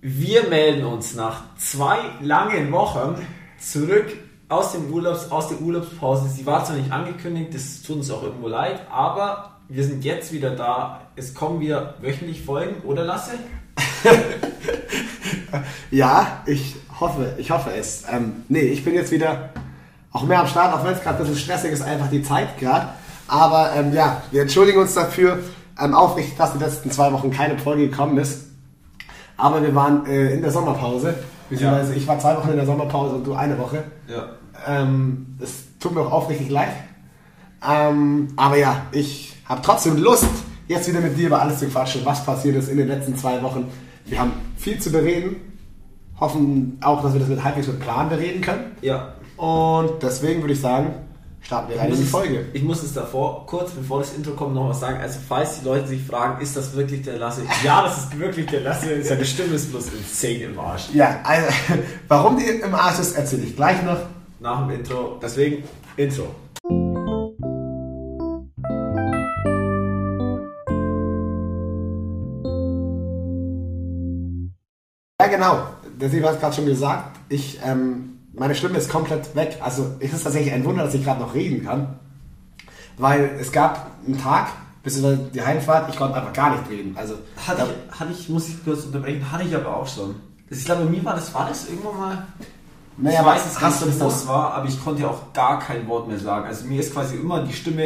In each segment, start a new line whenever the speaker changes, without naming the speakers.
Wir melden uns nach zwei langen Wochen zurück aus, dem Urlaubs, aus der Urlaubspause. Sie war zwar nicht angekündigt, das tut uns auch irgendwo leid, aber wir sind jetzt wieder da. Es kommen wieder wöchentlich Folgen, oder Lasse?
Ja, ich hoffe, ich hoffe es. Ähm, nee, ich bin jetzt wieder auch mehr am Start, auch wenn es gerade ein bisschen stressig ist, einfach die Zeit gerade. Aber ähm, ja, wir entschuldigen uns dafür ähm, aufrichtig, dass die letzten zwei Wochen keine Folge gekommen ist. Aber wir waren äh, in der Sommerpause. Beziehungsweise ich war zwei Wochen in der Sommerpause und du eine Woche.
Ja.
Ähm, es tut mir auch aufrichtig leid. Ähm, aber ja, ich habe trotzdem Lust, jetzt wieder mit dir über alles zu quatschen, was passiert ist in den letzten zwei Wochen. Wir haben viel zu bereden. Hoffen auch, dass wir das mit halbwegs mit Plan bereden können.
Ja.
Und deswegen würde ich sagen, starten wir rein in die Folge.
Ich muss es davor, kurz bevor das Intro kommt, noch was sagen. Also, falls die Leute sich fragen, ist das wirklich der Lasse? Ja, das ist wirklich der Lasse. Seine Stimme ist bloß insane im Arsch.
Ja, also, warum die im Arsch ist, erzähle ich gleich noch.
Nach dem Intro. Deswegen, Intro.
Ja, genau. Der Sieb hat gerade schon gesagt. Ich, ähm, meine Stimme ist komplett weg. Also es ist tatsächlich ein Wunder, dass ich gerade noch reden kann. Weil es gab einen Tag, bis wir die Heimfahrt, ich konnte einfach gar nicht reden. Also
Hatte
da-
ich, hatte ich, muss ich kurz unterbrechen, hatte ich aber auch schon. Das- Ich glaube, bei mir war das, war das irgendwann mal.
naja,
ich weiß es
hast
nicht,
du das
wo es
dann,
war, aber ich konnte ja auch gar kein Wort mehr sagen. Also mir ist quasi immer die Stimme,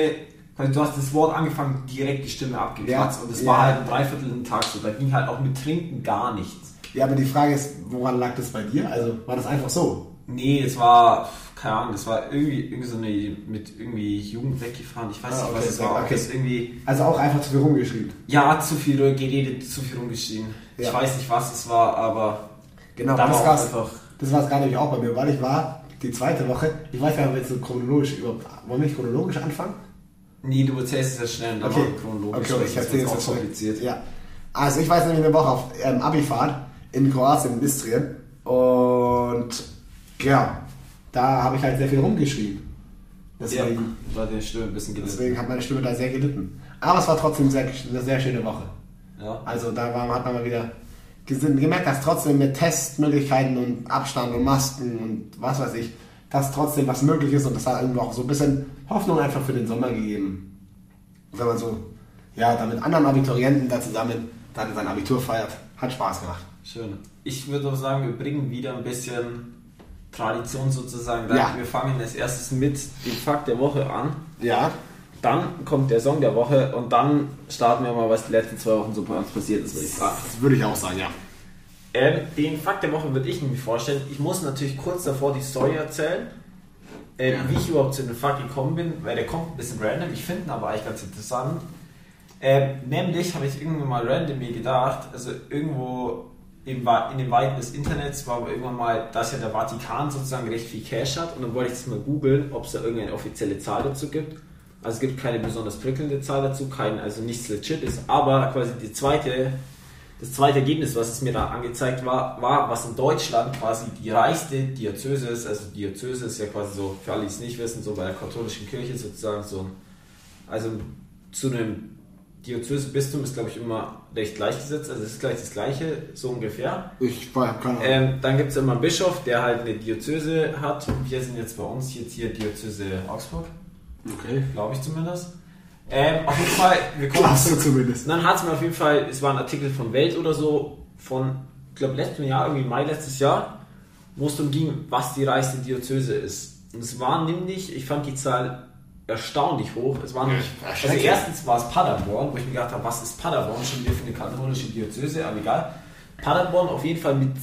quasi du hast das Wort angefangen, direkt die Stimme abgekratzt.
Ja,
und das
ja.
war halt ein Dreiviertel Tag so. Da ging halt auch mit Trinken gar nichts.
Ja, aber die Frage ist, woran lag das bei dir? Also war das einfach so?
Nee, es war, keine Ahnung, es war irgendwie, irgendwie so eine, mit irgendwie Jugend weggefahren. Ich weiß
Ah,
nicht, was
okay,
es war.
okay.
Okay. Das irgendwie,
Also auch einfach zu viel rumgeschrieben.
ja, zu viel geredet, zu viel rumgeschrien.
Ja.
Ich weiß nicht, was es war, aber
Genau,
da war
das
auch
war's.
einfach.
Das war es gerade nämlich auch bei mir, weil ich war die zweite Woche, ich weiß gar nicht, ob wir jetzt so chronologisch überhaupt, wollen wir nicht chronologisch anfangen?
Nee, du erzählst es ja schnell und dann machen wir chronologisch.
Okay,
weil
ich
sonst
erzähle
wird's
jetzt
auch kompliziert.
Ja. Also ich weiß nämlich eine Woche auf ähm, Abifahrt in Kroatien, in Istrien. Und ja, da habe ich halt sehr viel rumgeschrieben.
Ja,
Deswegen,
war der Stimme ein bisschen gelitten.
deswegen hat meine Stimme da sehr gelitten. Aber es war trotzdem sehr, eine sehr schöne Woche.
Ja.
Also da war, hat man mal wieder gesehen, gemerkt, dass trotzdem mit Testmöglichkeiten und Abstand und Masken und was weiß ich, dass trotzdem was möglich ist und das hat irgendwo auch so ein bisschen Hoffnung einfach für den Sommer gegeben. Wenn man so, ja, da mit anderen Abiturienten da zusammen dann sein Abitur feiert, hat Spaß gemacht.
Schön. Ich würde auch sagen, wir bringen wieder ein bisschen Tradition sozusagen rein.
Ja.
Wir fangen als erstes mit dem Fakt der Woche an.
Ja,
Dann kommt der Song der Woche und dann starten wir mal, was die letzten zwei Wochen so bei uns passiert ist, würde ich sagen.
das würde ich auch sagen, ja.
Ähm, den Fakt der Woche würde ich nämlich vorstellen. Ich muss natürlich kurz davor die Story erzählen, ähm, wie ich überhaupt zu dem Fakt gekommen bin, weil der kommt ein bisschen random. Ich finde ihn aber eigentlich ganz interessant. Ähm, nämlich habe ich irgendwann mal random mir gedacht, also irgendwo im, Wa- in den Weiten des Internets war aber irgendwann mal, dass ja der Vatikan sozusagen recht viel Cash hat und dann wollte ich das mal googeln, ob es da irgendeine offizielle Zahl dazu gibt. Also es gibt keine besonders prickelnde Zahl dazu, kein, also nichts legit ist, aber quasi die zweite, das zweite Ergebnis, was es mir da angezeigt war, war, was in Deutschland quasi die reichste Diözese ist. Also Diözese ist ja quasi so, für alle, die es nicht wissen, so bei der katholischen Kirche sozusagen so ein also zu einem Diözesebistum ist, glaube ich, immer recht gleichgesetzt. Also es ist gleich das Gleiche, so ungefähr.
Ich war keine Ahnung.
Ähm, dann gibt es immer einen Bischof, der halt eine Diözese hat. Wir sind jetzt bei uns jetzt hier Diözese Augsburg,
Okay.
glaube ich zumindest. Ähm, auf jeden Fall, wir kommen
Glaubst
zu
du zumindest.
und dann hat es mir auf jeden Fall, es war ein Artikel von Welt oder so, von, ich glaube, letztem Jahr, irgendwie Mai letztes Jahr, wo es darum ging, was die reichste Diözese ist. Und es war nämlich, ich fand die Zahl erstaunlich hoch. Es war nämlich, also
erschreckend.
erstens war es Paderborn, wo ich mir gedacht habe, was ist Paderborn schon wieder für eine katholische Diözese, aber egal. Paderborn auf jeden Fall mit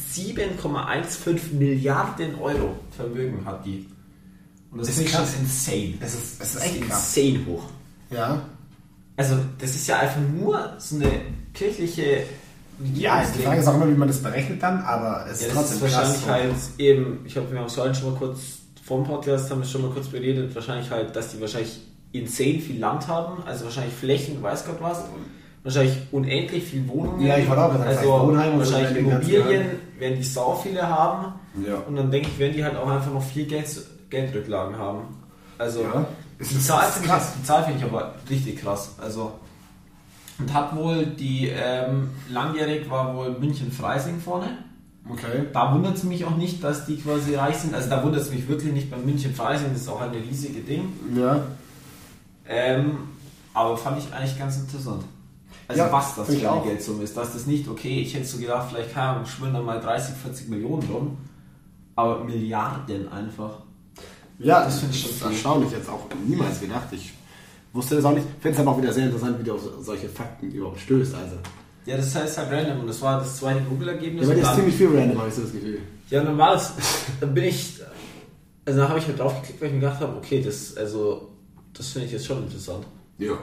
7,15 Milliarden Euro Vermögen hat die. Und das,
Das
ist
ist
schon
krass.
insane.
Es ist, es ist
Das ist
echt krass.
insane hoch.
Ja.
Also, das ist ja einfach nur so eine kirchliche.
Ja, die Frage ist auch immer, wie man das berechnet dann, aber es
ja,
ist
das
trotzdem
ist wahrscheinlich
krass.
halt eben, ich glaube, wir haben es vorhin schon mal kurz vom Podcast haben wir schon mal kurz beredet, wahrscheinlich halt, dass die wahrscheinlich insane viel Land haben, also wahrscheinlich Flächen, weiß Gott was, wahrscheinlich unendlich viel Wohnungen.
Ja, ich wollte auch gerade sagen,
also
vielleicht Wohnheime und so
wahrscheinlich
werden die ganzen
Immobilien werden die sau viele haben
Ja.
und dann denke ich, werden die halt auch einfach noch viel Geld, Geldrücklagen haben. Also
Ja.
die Zahl
Das ist
finde
krass.
ich, die Zahl finde ich aber richtig krass. Also Und hat wohl die, ähm, langjährig war wohl München-Freising vorne.
Okay.
Da wundert es mich auch nicht, dass die quasi reich sind. Also da wundert es mich wirklich nicht bei München-Freising, das ist auch ein riesige Ding.
Ja.
Ähm, aber fand ich eigentlich ganz interessant. Also
Ja,
was das
find ich
für eine
auch.
Geldsumme ist. Dass das nicht, okay, ich hätte so gedacht, vielleicht keine Ahnung, schwimmen da mal 30, 40 Millionen rum. Aber Milliarden einfach.
Ja,
Das
das
finde
finde
ich schon
ich
viel.
erstaunlich. Jetzt auch niemals gedacht. Ich wusste das auch nicht. Finde es aber auch wieder sehr interessant, wie du auf so- solche Fakten überhaupt stößt. Also,
Ja, das heißt halt random und das war das zweite Google-Ergebnis.
ja, bei
und
dir ist
dann-
ziemlich viel random, habe ich so das Gefühl.
Ja, dann war das. Dann bin ich. Also da habe ich mir draufgeklickt, weil ich mir gedacht habe, okay, das, also, das finde ich jetzt schon interessant.
Ja.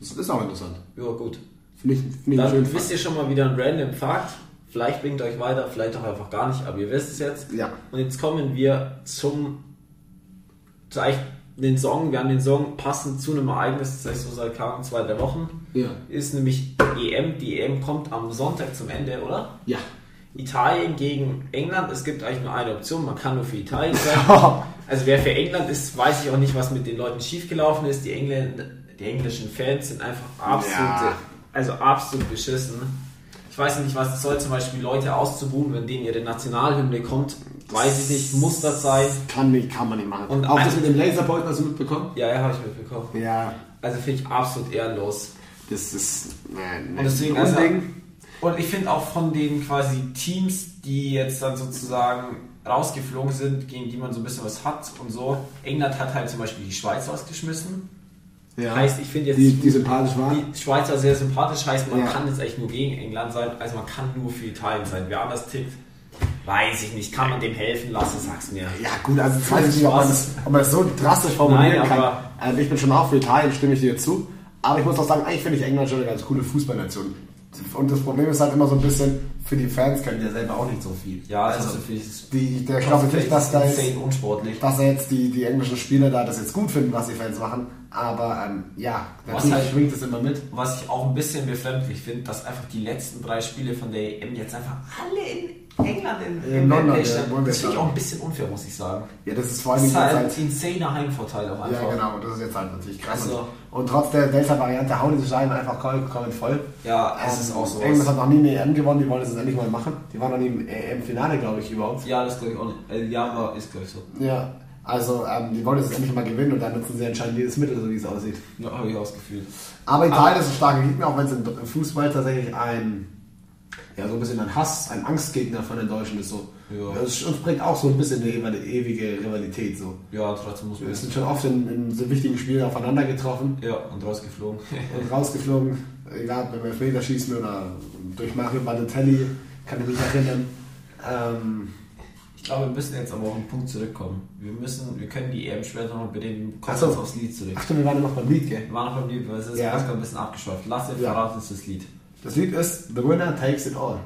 Das ist auch interessant.
Ja, gut.
Finde ich, finde ich einen schönen
Dann wisst ihr schon mal wieder ein random Fakt. Vielleicht bringt euch weiter, vielleicht auch einfach gar nicht, aber ihr wisst es jetzt.
Ja.
Und jetzt kommen wir zum. zu eigentlich den Song. Wir haben den Song passend zu einem Ereignis, das heißt so seit kaum zwei, drei Wochen.
Ja.
Ist nämlich EM. Die EM kommt am Sonntag zum Ende, oder?
Ja.
Italien gegen England. Es gibt eigentlich nur eine Option. Man kann nur für Italien sein. Also wer für England ist, weiß ich auch nicht, was mit den Leuten schiefgelaufen ist. Die, Engländ die englischen Fans sind einfach absolute,
Ja.
also absolut beschissen. Ich weiß nicht, was es soll, zum Beispiel Leute auszubuhen, wenn denen ihre Nationalhymne kommt. Weiß ich nicht, muss das sein?
Kann, nicht, kann man nicht machen.
Und
Und auch
ein-
das mit dem Laserpoint hast du mitbekommen?
Ja, ja, habe ich mitbekommen.
Ja.
Also finde ich absolut ehrenlos.
Das ist. äh, Nein,
Und deswegen, also, und ich finde auch von den quasi Teams, die jetzt dann sozusagen rausgeflogen sind, gegen die man so ein bisschen was hat und so. England hat halt zum Beispiel die Schweiz rausgeschmissen.
ja.
Heißt, ich finde jetzt
die, die sympathisch waren.
die Schweizer sehr sympathisch, heißt, man
Ja.
kann jetzt eigentlich nur gegen England sein, also man kann nur für Italien sein. Wer anders tickt, weiß ich nicht. Kann man dem helfen lassen, sag's mir.
Ja gut, also ich weiß nicht, ob man, das, ob man das so drastisch formulieren
Nein,
kann.
aber-
also ich bin schon auch für Italien, stimme ich dir zu. Aber ich muss auch sagen, eigentlich finde ich England schon eine ganz coole Fußballnation. Und das Problem ist halt immer so ein bisschen, für die Fans können die ja selber auch nicht so viel.
Ja, also,
also
finde ich es Also
die, der glaube nicht, dass da jetzt,
insane unsportlich.
dass da jetzt die, die englischen Spieler da das jetzt gut finden, was die Fans machen. Aber ähm, ja,
Was
natürlich
halt-
schwingt es immer mit.
Was ich auch ein bisschen befremdlich finde, dass einfach die letzten drei Spiele von der EM jetzt einfach alle in England in,
In London,
Wembley
ja,
stattfinden.
Wembley
Das finde ich
Stadion.
auch ein bisschen unfair, muss ich sagen.
Ja, das ist vor allen
Das
Dingen
ist halt
jetzt
ein insaner Heimvorteil auch einfach.
Ja, genau, das ist jetzt halt natürlich krass.
Also-
und, und trotz der Delta-Variante hauen die Scheiben einfach kommen voll.
Ja, es
Ähm,
ist auch so.
England hat noch nie eine EM gewonnen, die wollen das jetzt endlich mal machen. Die waren noch nie im EM-Finale, glaube ich, überhaupt.
Ja, das glaube ich auch nicht. Äh, ja, aber ist glaube ich so.
Ja, also ähm, die wollen das jetzt endlich mal gewinnen und dann nutzen sie anscheinend jedes Mittel, so wie es aussieht.
Ja, habe ich auch das Gefühl.
Aber Italien ist ein starker Gegner, auch wenn es im Fußball tatsächlich ein, ja, so ein bisschen ein Hass, ein Angstgegner von den Deutschen ist. So.
Ja.
Es uns bringt auch so ein bisschen eine ewige Rivalität. So.
Ja, trotzdem muss man
Wir
jetzt.
sind schon oft in, in so wichtigen Spielen aufeinander getroffen.
Ja, und rausgeflogen.
und rausgeflogen. Egal, beim Elfmeterschießen oder durch Mario Balotelli, kann ich mich erinnern. Ähm,
ich glaube, wir müssen jetzt aber auf den Punkt zurückkommen. Wir müssen, wir können die EM später noch bereden. Kommen
Ach so.
jetzt aufs Lied zurück.
ach stimmt, wir waren ja noch beim Lied, gell?
Wir waren noch beim Lied, weil es ist
Ja.
ja. ein bisschen abgeschweift. Lasse,
Ja.
verrat uns das Lied.
Das Lied ist The Winner Takes It All.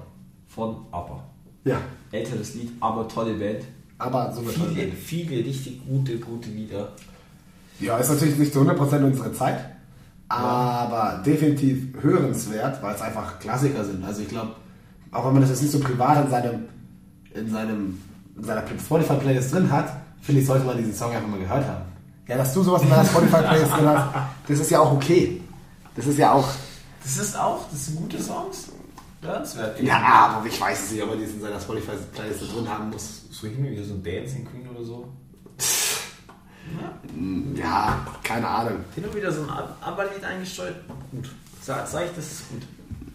Von ABBA.
Ja,
Älteres Lied, aber tolle Band.
aber so eine tolle
Viele,
Band.
viele richtig gute, gute Lieder.
Ja, ist natürlich nicht zu 100% unsere Zeit, aber definitiv hörenswert, weil es einfach Klassiker sind. Also ich glaube, auch wenn man das jetzt nicht so privat in seinem, in seinem, in seiner Spotify-Playlist drin hat, finde ich, sollte man diesen Song einfach mal gehört haben. Ja, dass du sowas in deiner Spotify-Playlist drin hast, das ist ja auch okay. Das ist ja auch,
Das ist auch, das sind gute Songs. Hörenswert.
ja, aber ich weiß es nicht, ob man diesen in seiner Spotify-Playlist drin haben muss.
So hin wie so ein Dancing Queen oder so.
Ja, keine Ahnung.
Hin und wieder so ein Aberlied eingesteuert. Gut. Sag, sag ich, das ist gut.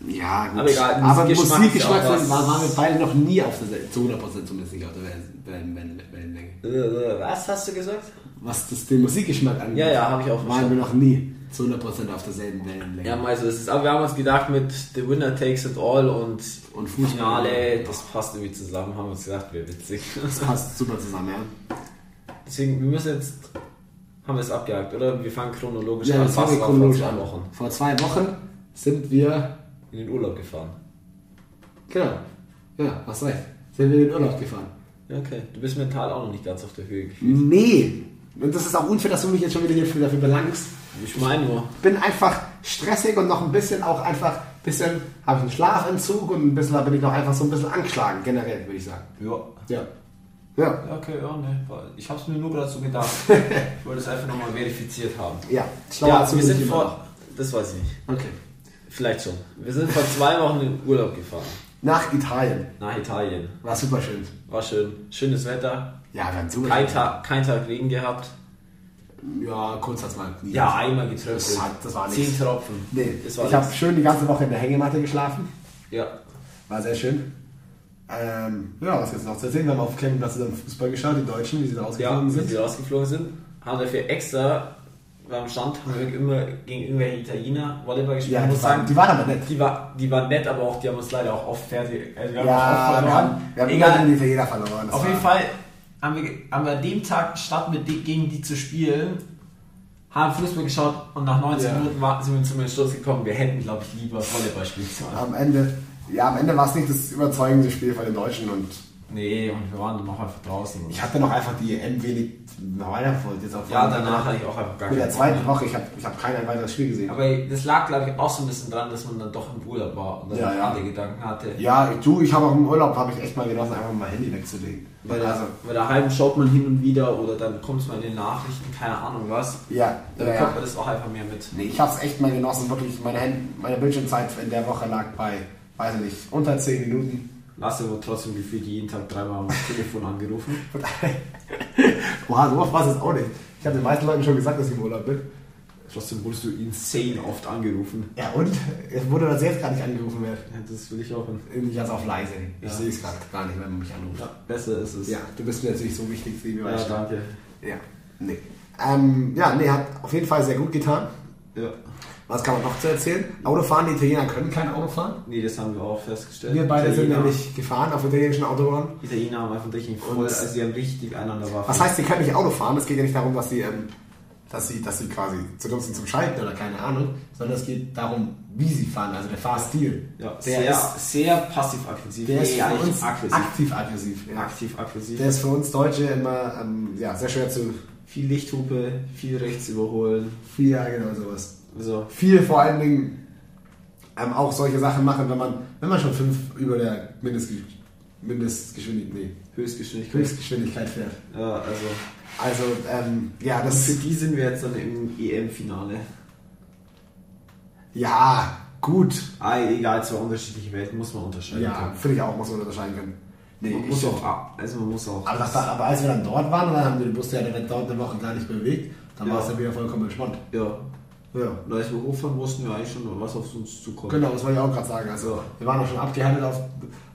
Ja, gut.
Aber egal,
aber
Musikgeschmack
Musikgeschmack
ist ja auch was.
waren waren wir beide noch nie auf der zu 100% zumindest also nicht auf der Wellen- Wellen- Wellen- Wellenlänge.
Äh, Was hast du gesagt?
Was das den Musikgeschmack angeht,
Ja, ja, hab ich auch
waren wir noch nie zu 100% auf derselben Wellenlänge.
Ja, mal so ist es. Aber wir haben uns gedacht, mit The Winner Takes It All und,
Und Fußball.
Finale, das passt irgendwie zusammen, haben wir uns gedacht, wäre witzig.
Das passt super zusammen, ja.
Deswegen, wir müssen jetzt, haben wir es abgehakt, oder? Wir fangen chronologisch
Ja,
an.
das fangen wir
war
chronologisch
vor zwei
an.
Wochen
Vor zwei Wochen sind wir,
in den Urlaub gefahren.
genau, ja, was recht, sind wir in den Urlaub gefahren.
Ja, okay. Du bist mental auch noch nicht ganz auf der Höhe.
Nee! Und das ist auch unfair, dass du mich jetzt schon wieder hier dafür belangst.
Ich meine nur.
bin einfach stressig und noch ein bisschen auch einfach ein bisschen habe ich einen Schlafentzug und ein bisschen da bin ich noch einfach so ein bisschen angeschlagen generell würde ich sagen.
Ja.
Ja. Ja.
Ja, Okay, ja, ne. war- Ich hab's mir nur gerade so gedacht. ich wollte es einfach nochmal verifiziert haben.
Ja. Schlauer
Ja,
Zug
wir sind
immer
vor. Das weiß ich nicht.
noch. Okay.
Vielleicht schon. Wir sind vor zwei Wochen in den Urlaub gefahren.
Nach Italien.
Nach Italien.
War super schön.
War schön. Schönes Wetter.
Ja, wir haben super
Kein Tag, kein Tag Regen gehabt.
Ja, kurz hat's mal. nie-
Ja, einmal getröpfelt.
Das hat- das war
Zehn
nichts.
Tropfen.
Nee,
das war
ich habe
nichts.
schön die ganze Woche in der Hängematte geschlafen.
Ja.
War sehr schön. Ähm, ja, was jetzt noch zu erzählen? Wir haben auf Campingplatz zusammen Fußball geschaut, die Deutschen, wie sie da
Ja,
ausgegangen
wie
sind.
sie rausgeflogen sind, haben dafür extra beim Stand haben wir immer gegen irgendwelche Italiener Volleyball gespielt.
Ja,
ich muss
die waren,
sagen,
die waren aber nett.
die, war, die waren nett, aber auch die haben uns leider auch oft fertig. Also wir haben auch
Ja,
oft
wir
verloren.
haben, wir haben
Egal,
immer den Italiener verloren. Das
Auf
war-
jeden Fall haben wir, haben wir an dem Tag, statt mit die, gegen die zu spielen, haben Fußball geschaut und nach 19
Ja.
Minuten war, sind wir zum Entschluss gekommen, wir hätten, glaube ich, lieber Volleyball spielen sollen.
Am Ende, ja, am Ende war es nicht das überzeugende Spiel von den Deutschen und
Nee, und wir waren dann auch einfach draußen.
ich hatte noch einfach die EM wenig weiterverfolgt. Jetzt auch
Ja,
von-
danach hatte ich auch einfach gar
Mit der
keinen Bock mehr.
zweiten Woche, ich habe ich hab kein weiteres Spiel gesehen.
Aber das lag, glaube ich, auch so ein bisschen dran, dass man dann doch im Urlaub war und dann
Ja, ja.
andere Gedanken hatte.
ja, ich- du, ich habe auch im Urlaub, habe ich echt mal genossen, einfach mal Handy wegzulegen.
Weil,
also,
da, weil daheim schaut man hin und wieder oder dann kommt es mal in den Nachrichten, keine Ahnung was.
ja,
Da
ja, ja.
bekommt man das auch einfach mehr mit.
Nee, ich habe es echt mal genossen, wirklich. Meine, Hand, meine Bildschirmzeit in der Woche lag bei, weiß ich nicht, unter 10 Minuten.
Lasse wird trotzdem gefühlt jeden Tag dreimal am Telefon angerufen.
Oha, so oft war es jetzt auch nicht. Ich habe den meisten Leuten schon gesagt, dass ich im Urlaub bin.
Trotzdem wurdest du insane oft angerufen.
Ja, und? Es wurde das selbst gar nicht angerufen mehr.
Ja, das will ich auch. hin.
Ich ganz auf leise. Ich
Ja.
sehe es gerade gar nicht, wenn man mich anruft.
Ja, besser ist es.
Ja, du bist mir natürlich so wichtig, wie wir
ja danke.
Ja, nee. Ähm, ja, nee, hat auf jeden Fall sehr gut getan.
Ja.
Was kann man noch zu erzählen? Autofahren, die Italiener können kein Autofahren.
Nee, das haben wir auch festgestellt.
Wir beide sind
Italiener-
nämlich gefahren auf italienischen Autobahnen.
Italiener haben einfach richtig voll,
Und-
also die haben richtig einander Waffen.
Was heißt, sie können nicht Autofahren? Es geht ja nicht darum, dass sie, ähm, dass sie, dass sie quasi zu dumm sind zum Schalten oder keine Ahnung, sondern es geht darum, wie sie fahren, also der Fahrstil.
Ja,
der
sehr,
ist,
sehr passiv-aggressiv.
der ist
Nee,
für
eigentlich
uns
aggressiv.
aktiv-aggressiv. Ja.
Aktiv-aggressiv.
Der ist für uns Deutsche immer ähm, ja, sehr schwer zu.
viel Lichthupe, viel rechts überholen. Also,
Viel, ja, genau sowas.
So.
viel vor allen Dingen ähm, auch solche Sachen machen, wenn man, wenn man schon fünf über der Mindestge Mindestgeschwindigkeit, nee,
Höchstgeschwindigkeit.
Höchstgeschwindigkeit fährt.
Ja, also.
Also, ähm, ja,
Und für
das
die sind wir jetzt dann im EM-Finale.
ja, gut.
Ah, egal, zwei unterschiedliche Welten muss man unterscheiden.
Ja,
können.
finde ich auch, muss man unterscheiden können. Nee,
Man
ich-
muss auch, ab- also man muss auch.
aber, das war, aber als wir dann dort waren, dann haben wir den Bus ja dann dort eine Woche gar nicht bewegt, dann
Ja.
war es dann wieder vollkommen entspannt.
ja.
Ja.
Und als wir hochfahren, wussten wir eigentlich schon, was auf uns zukommt.
Genau, das wollte ich auch gerade sagen. Also, wir waren auch schon abgehandelt auf,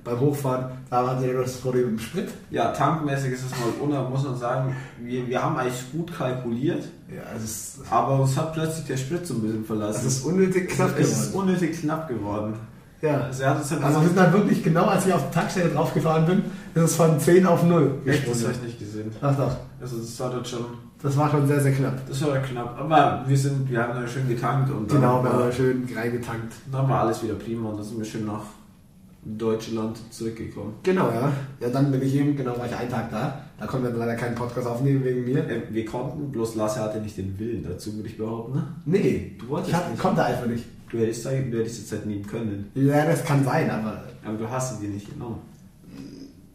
beim Hochfahren, da hatten wir das Problem im Sprit.
Ja, tankmäßig ist es mal unter, muss man sagen, wir, wir haben eigentlich gut kalkuliert,
Ja, es ist,
aber uns hat plötzlich der Sprit so ein bisschen
es
verlassen.
ist unnötig knapp
es ist
geworden.
unnötig knapp geworden.
Ja,
Also er hat uns dann
also wir sind dann wirklich genau, als ich auf die Tankstelle draufgefahren bin, ist es von 10 auf 0
Echt, das habe ich
gesprungen.
nicht gesehen.
Ach doch,
Also das war dort schon,
das war schon sehr, sehr knapp.
das war knapp. Aber wir sind, wir haben da schön getankt und dann,
Genau, wir haben
war,
da schön reingetankt.
dann war alles wieder prima und dann sind wir schön nach Deutschland zurückgekommen.
Genau, ja. Ja, dann bin ich eben, genau, war ich einen Tag da. Da konnten wir leider keinen Podcast aufnehmen wegen mir.
Äh, Wir konnten, bloß Lasse hatte nicht den Willen dazu, würde ich behaupten. ne?
Nee,
Du wolltest
ich hab,
nicht.
konnte einfach nicht.
Du hättest, da- du hättest die Zeit nehmen können,
Ja, das kann sein, aber
aber du hast sie dir nicht genommen.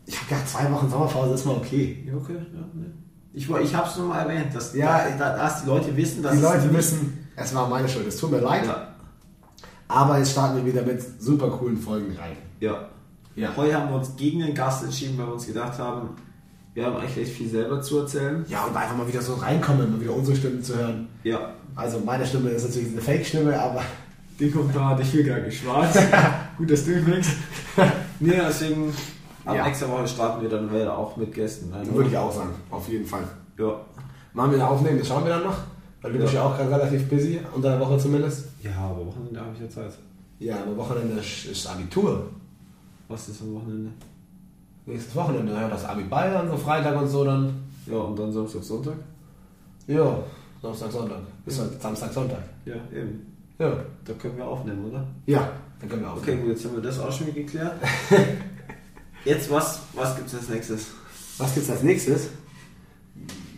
ich habe gedacht, zwei Wochen Sommerpause ist mal okay.
Ja, okay. Ja, ne. Ich, woll- ich habe es nur mal erwähnt, dass,
Ja,
da- da, dass die Leute wissen, dass
Die
es
Leute
nicht-
wissen, es war meine Schuld, es tut mir leid,
Ja,
aber jetzt starten wir wieder mit super coolen Folgen rein.
ja.
Ja.
Heute haben wir uns gegen den Gast entschieden, weil wir uns gedacht haben, wir haben eigentlich recht viel selber zu erzählen.
Ja, und einfach mal wieder so reinkommen, mal wieder unsere Stimmen zu hören.
Ja.
Also meine Stimme ist natürlich eine Fake-Stimme, aber
Den Kommentar hatte ich hier gar nicht schwarz. Gut, dass du ihn bringst. Nee, deswegen, ab
Ja.
nächster Woche starten wir dann wieder auch mit Gästen. Nein,
würde ich auch sagen, auf jeden Fall.
Ja.
Machen wir da aufnehmen, das schauen wir dann noch. Weil du bist ja
Ja.
auch gerade relativ busy, unter der Woche zumindest.
Ja, aber Wochenende habe ich ja Zeit.
Ja, am Wochenende ist ist Abitur.
Was ist am Wochenende?
Nächstes Wochenende, ja, das Abi Ball dann so Freitag und so dann.
Ja, und dann Samstag, Sonntag?
Ja, Samstag, Sonntag. Bis heute Samstag, Sonntag.
Ja, eben.
Ja.
Da können wir aufnehmen, oder?
Ja, dann können wir
Okay,
aufnehmen.
gut, jetzt haben wir das auch schon geklärt. Jetzt, was, was gibt's als nächstes?
Was gibt's als nächstes?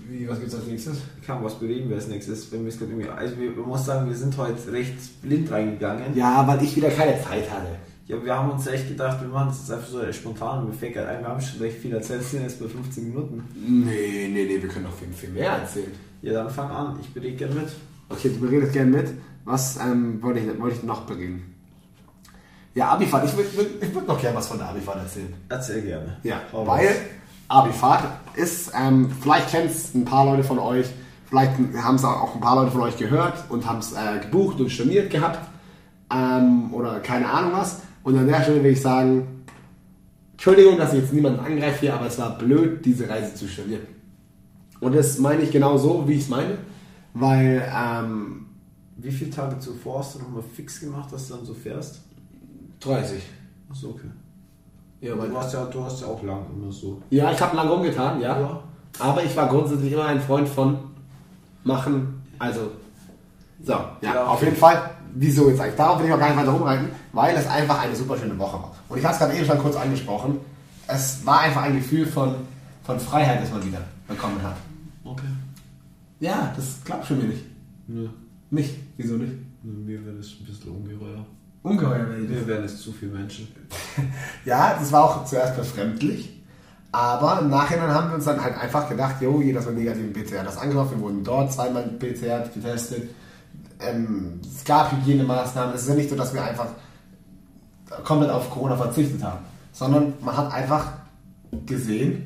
Wie, was gibt's als nächstes?
Kann was bewegen wir als nächstes, wenn wir es gerade irgendwie. Also, wir, man muss sagen, wir sind heute recht blind reingegangen.
Ja, weil ich wieder keine Zeit hatte.
Ja, wir haben uns echt gedacht, wir machen es jetzt einfach so spontan und wir fäckern ein. Wir haben schon recht viel erzählt, sind jetzt bei 15 Minuten.
Nee, nee, nee, wir können noch viel, viel mehr erzählen.
Ja, dann fang an, ich berede gerne mit.
Okay, du redest gerne mit. Was ähm, wollte, ich, wollte ich noch bringen? Ja, Abifahrt. Ich würde würd, ich würd noch gerne was von der Abifahrt erzählen.
Erzähl gerne.
Ja,
Hau
weil
raus.
Abifahrt ist, ähm, vielleicht kennt es ein paar Leute von euch, vielleicht haben es auch ein paar Leute von euch gehört und haben es äh, gebucht und storniert gehabt ähm, oder keine Ahnung was. Und an der Stelle will ich sagen, Entschuldigung, dass ich jetzt niemanden angreife hier, aber es war blöd, diese Reise zu stornieren. Und das meine ich genau so, wie ich es meine, weil ähm,
Wie viele Tage zuvor hast du nochmal fix gemacht, dass du dann so fährst?
30.
Achso, okay.
Ja,
Du hast ja, du hast ja auch lang immer so.
Ja, ich habe lange rumgetan, ja.
Ja.
Aber ich war grundsätzlich immer ein Freund von machen, also. So, ja,
Ja,
auf
okay.
jeden Fall. Wieso jetzt eigentlich? Darauf will ich auch gar nicht weiter rumreiten, weil es einfach eine super schöne Woche war. Und ich habe es gerade eben schon kurz angesprochen. Es war einfach ein Gefühl von, von Freiheit, das man wieder bekommen hat.
Okay.
Ja, das klappt schon mir nicht.
Nö.
Nicht. Wieso nicht?
Mir wäre das ein bisschen ungeheuer.
Ungeheuer werde ich.
Mir wären es zu viele Menschen.
Ja, das war auch zuerst befremdlich. Aber im Nachhinein haben wir uns dann halt einfach gedacht, jo, jeder ist mit negativen PCR das angenommen. Wir wurden dort zweimal PCR getestet. Ähm, es gab Hygienemaßnahmen. Es ist ja nicht so, dass wir einfach komplett auf Corona verzichtet haben. Sondern man hat einfach gesehen,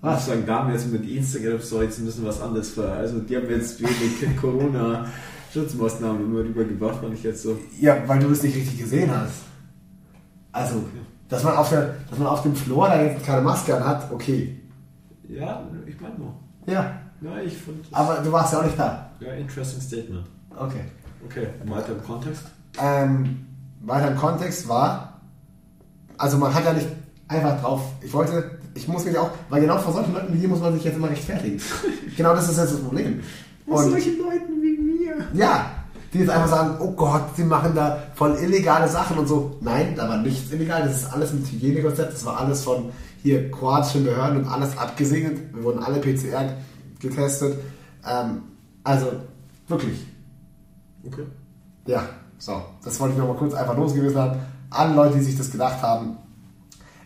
Was? Dann kamen jetzt mit Instagram so jetzt ein bisschen was anderes vor. Also die haben jetzt wenig Corona-Schutzmaßnahmen immer rübergebracht, fand ich jetzt so.
ja, weil du es nicht richtig gesehen hast. Also, dass man auf, der, dass man auf dem Flur da jetzt keine Maske an hat, okay.
Ja, ich meine nur.
Ja,
Ja, ich finde das
aber du warst ja auch nicht da.
ja interesting Statement.
Okay.
Okay, weiter im Kontext.
ähm, weiter im Kontext war, also man hat ja nicht einfach drauf, ich wollte, ich muss mich auch, weil genau vor solchen Leuten wie dir muss man sich jetzt immer rechtfertigen. genau das ist jetzt das Problem. Und
Leuten wie mir.
ja, die jetzt einfach sagen, oh Gott, sie machen da voll illegale Sachen und so. Nein, da war nichts illegal, das ist alles mit Hygienekonzept, das war alles von hier kroatischen Behörden und alles abgesegnet. Wir wurden alle PCR getestet. Ähm, also wirklich,
Okay.
ja, so. Das wollte ich nochmal kurz einfach losgewiesen haben. An Leute, die sich das gedacht haben.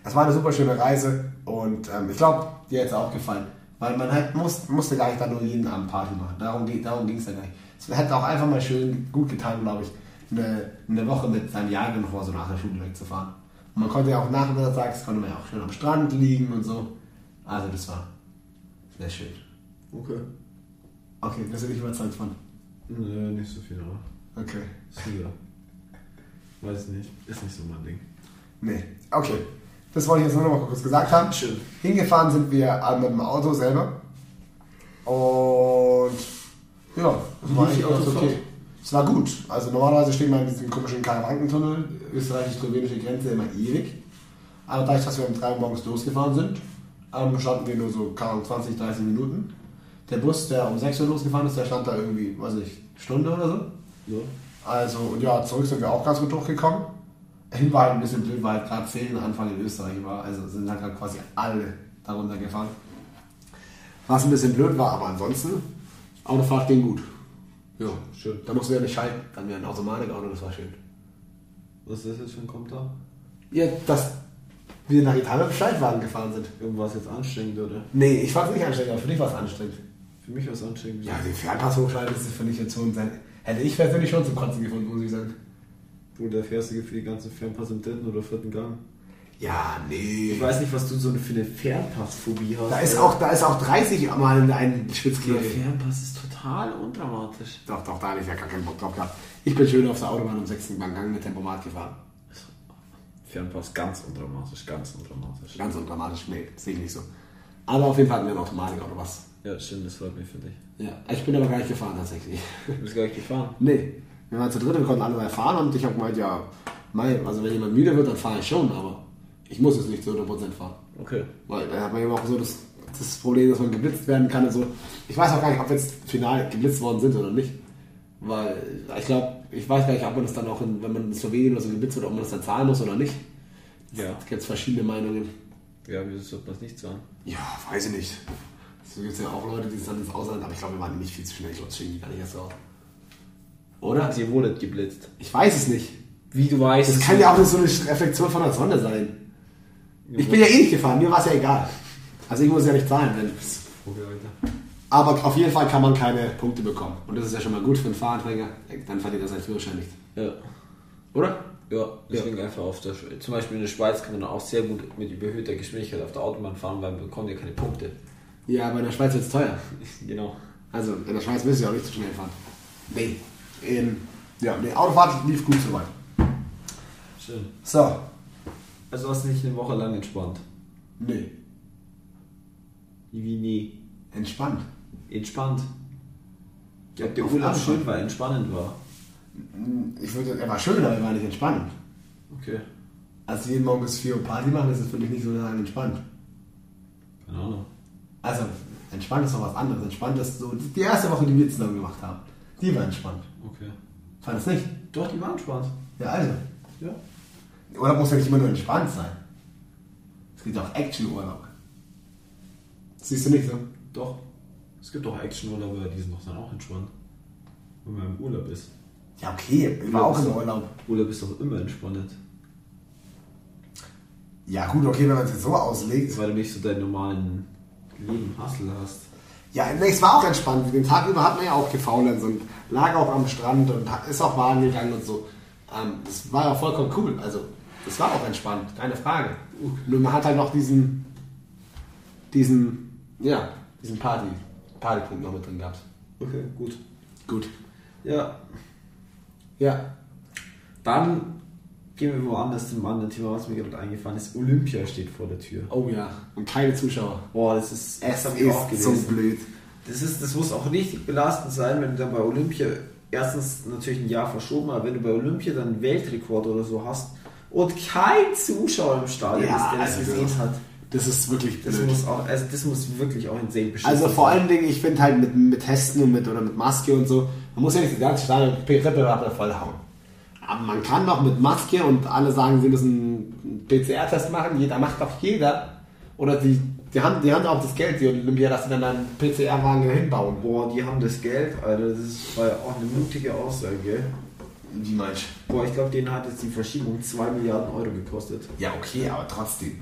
Es war eine super schöne Reise und ähm, ich glaube, dir hat es auch gefallen. Weil man halt muss, musste gar nicht dann nur jeden Abend Party machen. Darum, geht- darum ging es ja gar nicht. Es hätte auch einfach mal schön gut getan, glaube ich, eine, eine Woche mit seinem Jahrgang vor so nach der Schule wegzufahren. Und man konnte ja auch nachmittags, konnte man ja auch schön am Strand liegen und so. Also das war sehr schön.
Okay.
Okay, bist du nicht überzeugt von?
Nö, nicht so viel, aber.
Okay.
Sieger. Weiß nicht. Ist nicht so mein Ding.
Nee. Okay. Das wollte ich jetzt nur noch mal kurz gesagt haben.
Schön.
Hingefahren sind wir äh, mit dem Auto selber. Und ja, das war
Wie
eigentlich
die
ganz
Autofahrt?
okay. Es war gut. Also normalerweise steht man in diesem komischen Karawankentunnel, österreichisch-slowenische Grenze, immer ewig. Aber dadurch, dass wir um 3 Uhr morgens losgefahren sind, ähm, standen wir nur so keine Ahnung, 20, 30 Minuten. Der Bus, der um 6 Uhr losgefahren ist, der stand da irgendwie, weiß nicht, Stunde oder so.
So?
Also, und ja, zurück sind wir auch ganz gut durchgekommen. Hin war halt ein bisschen blöd, weil halt gerade Ferienanfang in Österreich war. Also sind halt gerade quasi alle darunter gefahren. Was ein bisschen blöd war, aber ansonsten, Autofahrt ging gut. Ja,
Schön.
Da mussten wir nicht schalten. Dann wäre ein Automatikauto, das war schön.
Was ist jetzt für ein Kommentar?
Ja, dass wir nach Italien mit Schaltwagen gefahren sind.
Irgendwas jetzt anstrengend, oder?
Nee, ich fand es nicht anstrengend, aber für dich war es anstrengend.
Für mich war es anstrengend.
Ja, den Fernpass hochschalten, das ist für dich jetzt schon sein. Hätte ich persönlich schon zum Kotzen gefunden, muss ich sagen.
Bruder, fährst du für die ganzen Fernpass im dritten oder vierten Gang?
Ja, nee.
Ich weiß nicht, was du so eine- für eine Fernpassphobie hast.
Da ist auch, da ist auch 30 Mal ein
Der
Spitzkegel.
Fernpass ist total undramatisch.
Doch, doch, da hatte ich ja gar keinen Bock drauf gehabt. Ich bin schön auf der Autobahn um 6. Mal Gang mit Tempomat gefahren.
Fernpass ganz undramatisch, ganz undramatisch.
Ganz undramatisch, nee, sehe ich nicht so. Aber auf jeden Fall hatten wir eine Automatik oder was.
Ja, schön, das freut mich für dich.
Ja, ich bin aber gar nicht gefahren tatsächlich.
Du bist gar nicht gefahren.
nee, wir waren zu dritt, wir konnten alle mal fahren und ich habe gemeint, ja, mei, also wenn jemand müde wird, dann fahre ich schon, aber ich muss jetzt nicht zu 100% fahren.
Okay.
Weil da hat man eben auch so das, das Problem, dass man geblitzt werden kann und so. Ich weiß auch gar nicht, ob wir jetzt final geblitzt worden sind oder nicht. Weil ich glaube, ich weiß gar nicht, ob man das dann auch, in, wenn man in Slowenien oder so geblitzt wird, ob man das dann zahlen muss oder nicht.
Ja.
Es gibt verschiedene Meinungen.
Ja, wieso sollte man es nicht sagen?
Ja, weiß ich nicht. So gibt es ja auch Leute, die es dann ins Ausland, aber ich glaube, wir waren nicht viel zu schnell. Ich glaube, es ging gar nicht erst raus. Oder? Also,
Ihr wurdet geblitzt.
Ich weiß es nicht.
Wie du weißt.
Das kann ja auch nur so eine Reflexion von der Sonne sein. Ich bin ja eh nicht gefahren, mir war es ja egal. Also ich muss ja nicht zahlen, wenn
Okay, Alter.
Aber auf jeden Fall kann man keine Punkte bekommen. Und das ist ja schon mal gut für einen Fahranfänger. Dann verliert er seinen Führerschein nicht.
Ja.
Oder?
Ja, deswegen einfach auf der Sch- Zum Beispiel in der Schweiz kann man auch sehr gut mit überhöhter Geschwindigkeit auf der Autobahn fahren, weil man bekommt ja keine Punkte.
Ja, aber in der Schweiz wird es teuer.
Genau.
Also in der Schweiz müssen sie auch nicht so schnell fahren. Nee. Ähm, ja, die Autofahrt lief gut soweit.
Schön.
So.
Also hast du nicht eine Woche lang entspannt.
Nee.
Wie nie.
Entspannt.
Entspannt. Ich glaube, der
Auf
Urlaub
Anfang.
schön war, entspannend war.
Ich würde, er war schön, aber er war nicht entspannend.
Okay.
Also jeden Morgen bis 4 Uhr Party machen, das ist für mich nicht so lange entspannt.
Keine Ahnung.
Also, entspannt ist noch was anderes. Entspannt ist so, die erste Woche, die wir zusammen gemacht haben, die war entspannt.
Okay.
Fand es nicht?
Doch, die war entspannt.
Ja, also.
Ja.
Urlaub muss ja nicht immer nur entspannt sein. Es gibt auch Action-Urlaub. Das Siehst du nicht ne? so?
Doch. Es gibt auch Action-Urlauber, die sind doch dann auch entspannt. Wenn man im Urlaub ist.
Ja, okay, ich war auch im Urlaub.
Urlaub ist doch immer entspannend.
Ja, gut, okay, wenn man es jetzt so auslegt.
Weil du nicht so deinen normalen lieben Hustle hast.
Ja, nee, es war auch entspannt. Den Tag über hat man ja auch gefaulenzt und lag auch am Strand und hat- ist auch baden gegangen und so. Ähm, das war ja vollkommen cool. Also, es war auch entspannt, keine Frage. Nur man hat halt noch diesen, diesen, ja, diesen Party, Partypunkt noch mit drin gehabt.
Okay, gut.
Gut.
Ja,
Ja.
dann gehen wir woanders zum anderen Thema, was mir gerade eingefallen ist. Olympia steht vor der Tür.
Oh ja. Und keine Zuschauer.
Boah, das ist
Es
hab ich
ist so blöd.
Das, ist, das muss auch richtig belastend sein, wenn du dann bei Olympia erstens natürlich ein Jahr verschoben, aber wenn du bei Olympia dann einen Weltrekord oder so hast und kein Zuschauer im Stadion ist, der das
also,
gesehen hat.
Das ist wirklich
Das
blöd.
muss auch, also das muss wirklich auch insane beschissen
Also vor
sein.
allen Dingen, ich finde halt mit, mit Testen und mit, oder mit Maske und so, man muss ja nicht die ganze Stadion Wettbewerb vollhauen. Aber man kann doch mit Maske und alle sagen, sie müssen einen PCR-Test machen, jeder macht doch jeder. Oder die, die, haben, die haben auch das Geld, die Olympia, dass sie dann einen PCR-Wagen hinbauen.
Boah, die haben das Geld, Alter. Das ist, war ja auch eine mutige Aussage, gell?
Wie meinst
Boah, ich glaube, denen hat jetzt die Verschiebung 2 Milliarden Euro gekostet.
Ja, okay, aber trotzdem.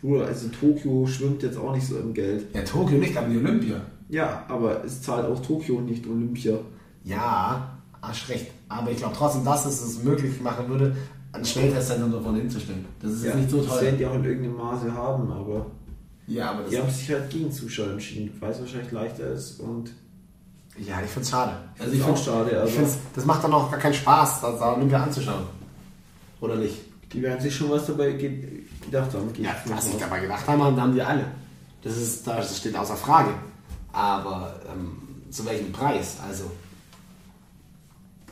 Bruder, also Tokio schwimmt jetzt auch nicht so im Geld.
Ja, Tokio nicht, aber die Olympia.
Ja, aber es zahlt auch Tokio und nicht Olympia.
Ja, hast recht. Aber ich glaube trotzdem, dass es es möglich machen würde, ein Schnelltestzentrum davon hinzustellen. Das ist
ja,
jetzt nicht so
Das
teuer.
werden die auch in irgendeinem Maße haben, aber
Ja, aber das
die haben sich halt gegen Zuschauer entschieden, weil es wahrscheinlich leichter ist und
Ja, ich find's schade.
Also ich find's schade,
ich
also-
find's, das macht dann auch gar keinen Spaß, das da Olympia anzuschauen. Oder nicht?
die werden sich schon was dabei ge gedacht haben. gehe
Ja,
ich
was
davon
ich
aus.
dabei gedacht habe, haben wir alle. Das, ist, das steht außer Frage. Aber ähm, zu welchem Preis? Also,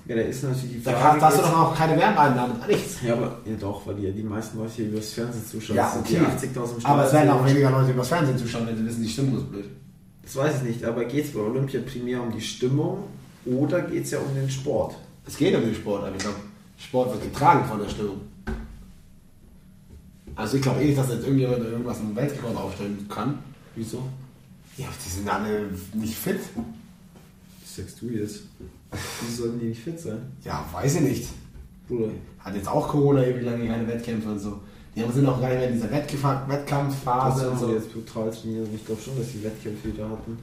Ja, da ist natürlich die
da
Frage.
kannst, hast du
jetzt-
doch auch keine Werbeeinnahmen, nichts.
ja, aber ja doch, weil die ja die meisten Leute hier übers Fernsehen zuschauen. Das sind die 80.000
Aber es werden
Staaten-
auch weniger Leute übers Fernsehen zuschauen, wenn sie wissen, die Stimmung ist blöd.
Das weiß ich nicht, aber geht es bei Olympia primär um die Stimmung oder geht es ja um den Sport?
Es geht um den Sport, aber ich glaube, Sport wird getragen von der Stimmung. Also ich glaube eh nicht, dass jetzt irgendjemand irgendwas im Weltrekord aufstellen kann.
Wieso?
Ja, die sind alle nicht fit.
Das sagst du jetzt. Wieso sollen die nicht fit sein?
Ja, weiß ich nicht.
Bruder.
Hat jetzt auch Corona ewig lange keine Wettkämpfe und so. Die haben- sind auch gar nicht mehr in dieser Wettgefa- Wettkampfphase
Also
und
haben
so.
wir jetzt brutal trainiert und ich glaube schon, dass die Wettkämpfe wieder hatten.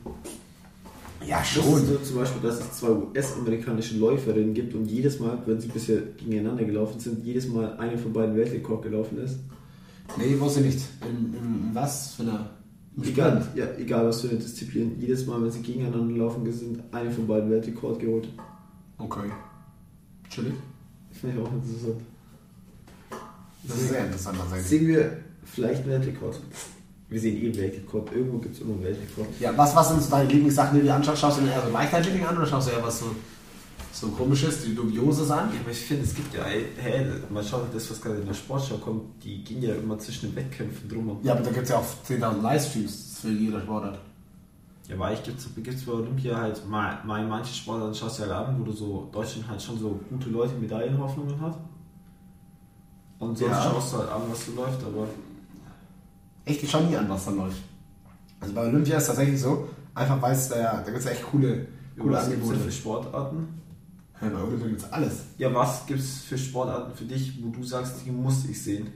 Ja,
Wusstest du zum Beispiel, dass es zwei US-amerikanische Läuferinnen gibt und jedes Mal, wenn sie bisher gegeneinander gelaufen sind, jedes Mal eine von beiden Weltrekord gelaufen ist?
Nee, wusste nicht. In, in, in was für einer... Im
Egal, ja, egal was für eine Disziplin, jedes Mal, wenn sie gegeneinander laufen sind, eine von beiden Weltrekord geholt.
Okay. Chillig.
Finde ich auch interessant.
Das ist sehr interessant tatsächlich.
Sehen wir vielleicht einen Weltrekord. Wir sehen eh einen Weltrekord. Irgendwo gibt es immer einen Weltrekord.
Ja, was, was sind so deine Lieblingssachen, die du anschaust? Schaust du dir eher so Leichtathletik an oder schaust du eher was so, so komisches, die dubioses an?
Aber ich finde, es gibt ja, ey, hey, man schaut das, was gerade in der Sportschau kommt, die gehen ja immer zwischen den Wettkämpfen drum. und-
Ja, aber da gibt es ja auch 10.000 Livestreams für jeder Sportart.
Ja, aber ich gibt's, gibt's bei Olympia halt mal, mal manche Sportarten schaust du halt an, wo du so Deutschland halt schon so gute Leute Medaillenhoffnungen hat. Und sonst
Ja.
schaust du halt an, was so läuft, aber
echt ich schaue nie an, was da läuft. Also bei Olympia ist tatsächlich so, einfach weil es da ja, da gibt es echt coole, coole
was gibt's denn
Angebote.
für Sportarten?
Ja, bei Olympia gibt es alles.
Ja, was gibt's für Sportarten für dich, wo du sagst, die muss ich sehen?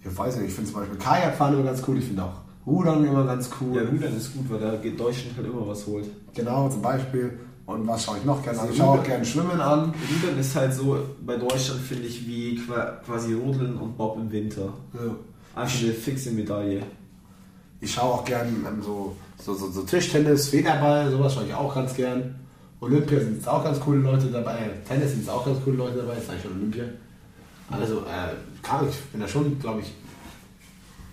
Ich weiß nicht, ich finde zum Beispiel Kajakfahren immer ganz cool, ich finde auch Rudern immer ganz cool.
Ja, Rudern ist gut, weil da geht Deutschland halt immer was holt.
Genau, zum Beispiel. Und was schaue ich noch gerne an? Ich
Rudern-
schaue auch gerne Schwimmen an.
Rudern ist halt so bei Deutschland, finde ich, wie qua- quasi Rodeln und Bob im Winter.
Ja.
Einfach eine fixe Medaille.
Ich schaue auch gern ähm, so, so, so, so Tischtennis, Federball, sowas schaue ich auch ganz gern. Olympia sind jetzt auch ganz coole Leute dabei. Äh, Tennis sind jetzt auch ganz coole Leute dabei. Ist eigentlich schon Olympia. Also, äh, kann ich, bin da schon, glaube ich.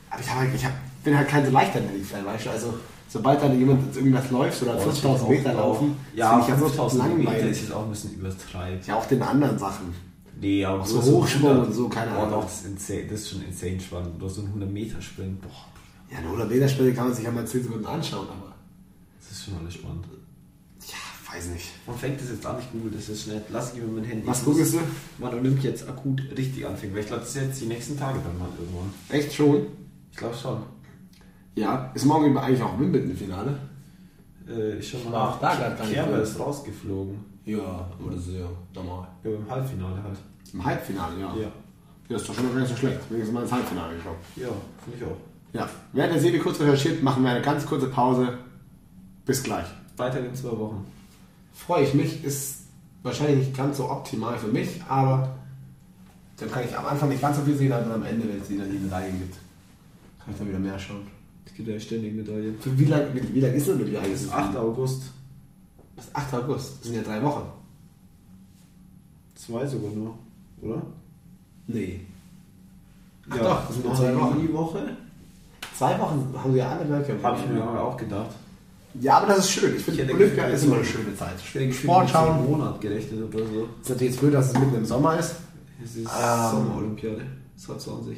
Aber ich, hab halt, ich hab, bin halt kein so leichter Fan, weißt du? Also, sobald da jemand jetzt irgendwas läuft oder 5000 Meter laufen,
Ja,
das find ich ja so
5000 Meter
langweilig.
ist jetzt auch ein bisschen übertreibt.
Ja, auch den anderen Sachen.
Nee, aber
so
ein
Hochsprung
100
und so, keine
Boah,
Ahnung.
doch, das ist, insane, das ist schon insane spannend. Oder so ein 100-Meter-Sprint, boah,
Ja, eine 100 Meter Spiele kann man sich ja mal 10 Sekunden anschauen, aber
das ist schon alles spannend.
ja, weiß nicht.
Man fängt das jetzt an, ich google das jetzt schnell. Lass ich mir mein Handy.
Was googelst du?
Wann Olympia jetzt akut richtig anfängt. Weil ich glaube, das ist jetzt die nächsten Tage dann mal irgendwann.
Echt schon?
Ich glaube schon.
Ja, ist morgen eigentlich auch Wimbledon im Finale.
Äh, ich schon
war
mal.
auch da gar nicht
Kerber
drin.
ist rausgeflogen.
Ja, aber das ist ja normal.
Ja, im Halbfinale halt.
Im Halbfinale, ja.
Ja.
Ja, ist doch schon mal gar nicht so schlecht. Wenigstens mal ins Halbfinale gekommen.
Ja, finde ich auch.
Ja, während der Serie kurz recherchiert, machen wir eine ganz kurze Pause. Bis gleich.
Weiter in zwei Wochen.
Freue ich mich, ist wahrscheinlich nicht ganz so optimal für mich, aber dann kann ich am Anfang nicht ganz so viel sehen, aber am Ende, wenn es wieder die Medaillen gibt, kann ich dann wieder mehr schauen.
Es gibt ja ständig Medaille.
Für wie lange wie, wie lang ist denn die Medaille?
Das ist 8. August.
Das 8. August. Das sind ja drei Wochen.
Zwei sogar nur, oder?
Nee. Ach
ja,
doch, das sind nur zwei Wochen.
Die Woche?
Zwei Wochen haben wir alle Weltcup.
Habe ich mir aber auch gedacht.
Ja, aber das ist schön. Ich
Ich
finde,
hätte
Olympia
gefühlt,
ist immer eine schöne Zeit.
Ich hätte gefühlt
Sport
mit
schauen.
einem Monat gerechnet oder so.
Ist natürlich jetzt blöd, dass es mitten im Sommer ist.
Es ist
Ähm.
Sommerolympiade. 2020.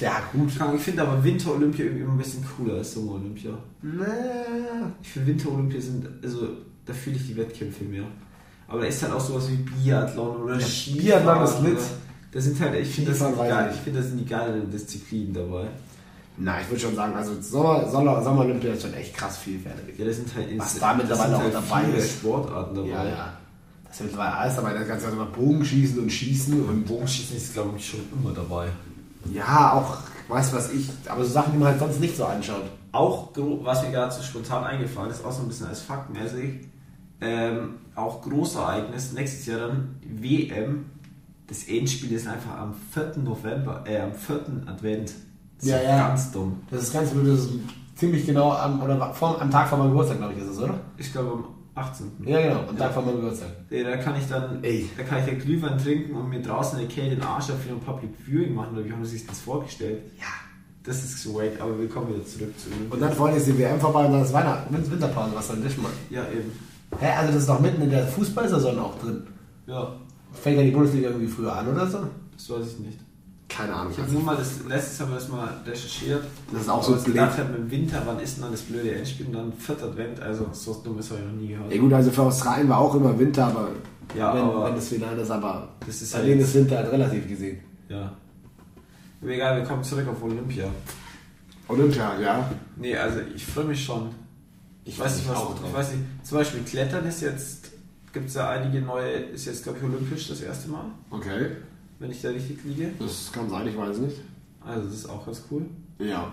Ja, gut.
Keine Ahnung, Ich finde aber Winterolympia irgendwie immer ein bisschen cooler als Sommerolympia.
Nee.
Ich finde Winterolympia sind, also da fühle ich die Wettkämpfe mehr. Aber da ist halt auch sowas wie Biathlon oder Skifahren.
Biathlon ist lit.
oder- Da sind halt, ich finde, das, sind die
Skifahren weiß
geil-
ich.
ich finde, das sind die geileren Disziplinen dabei.
Na, ich würde schon sagen, also Sommer, Sommer, Sommer-Olympia ist schon echt krass vielfältig.
Ja, da sind halt,
Was da mittlerweile
da
auch
sind halt
dabei
viele
ist.
Sportarten dabei.
Ja, ja. Das ist mittlerweile alles dabei. Das ganze immer Bogenschießen und Schießen und
Bogenschießen ist, glaube ich, schon immer dabei.
ja, auch, weißt was ich, aber so Sachen, die man halt sonst nicht so anschaut.
Auch, gro- was mir gerade so spontan eingefallen ist, auch so ein bisschen als faktenmäßig, ähm, auch Großereignis, nächstes Jahr dann WM. Das Endspiel ist einfach am 4. November, äh, am 4. Advent. Das ist
Ja, ja.
Ganz dumm.
Das ist ganz blöd, das ist ziemlich genau am, oder vor, am Tag vor meinem Geburtstag, glaube ich, ist es, oder?
Ich glaube am 18.
Ja, genau, am Tag vor meinem Geburtstag.
Ja, Da kann ich dann,
Ey.
da kann ich den Glühwein trinken und mir draußen in der Kälte den Arsch auf und Public Viewing machen, oder wie haben sie sich das vorgestellt?
Ja.
Das ist so wack, aber wir kommen wieder zurück zu
Und dann vorhin ist die WM vorbei und dann ist Weihnachten, Win- Winterpause, was soll denn das schon mal?
Ja, eben.
Hä, also das ist doch mitten in der Fußballsaison auch drin.
Ja,
Fängt ja die Bundesliga irgendwie früher an oder so? Also
das weiß ich nicht.
Keine Ahnung.
Ich habe Also nur mal das letztes Jahr das mal recherchiert.
Das ist auch
Aber
so
ich
blöd.
dachte halt im Winter, wann ist denn dann das blöde Endspiel und dann vierter Advent, also so was dummes habe ich noch nie gehört.
Ja gut, also für Australien war auch immer Winter, aber
Ja,
wenn,
aber-
wenn das Finale ist, aber
Das ist
bei
ja
denen
jetzt-
ist Winter halt relativ gesehen.
Ja. Aber egal, wir kommen zurück auf Olympia.
Olympia, ja.
Nee, also ich freue mich schon. Ich weiß nicht, was
auch
ich
drauf.
weiß nicht. Zum Beispiel Klettern ist jetzt, gibt es ja einige neue, ist jetzt glaube ich olympisch das erste Mal,
Okay,
wenn ich da richtig liege.
das kann sein, ich weiß nicht.
Also das ist auch ganz cool.
Ja.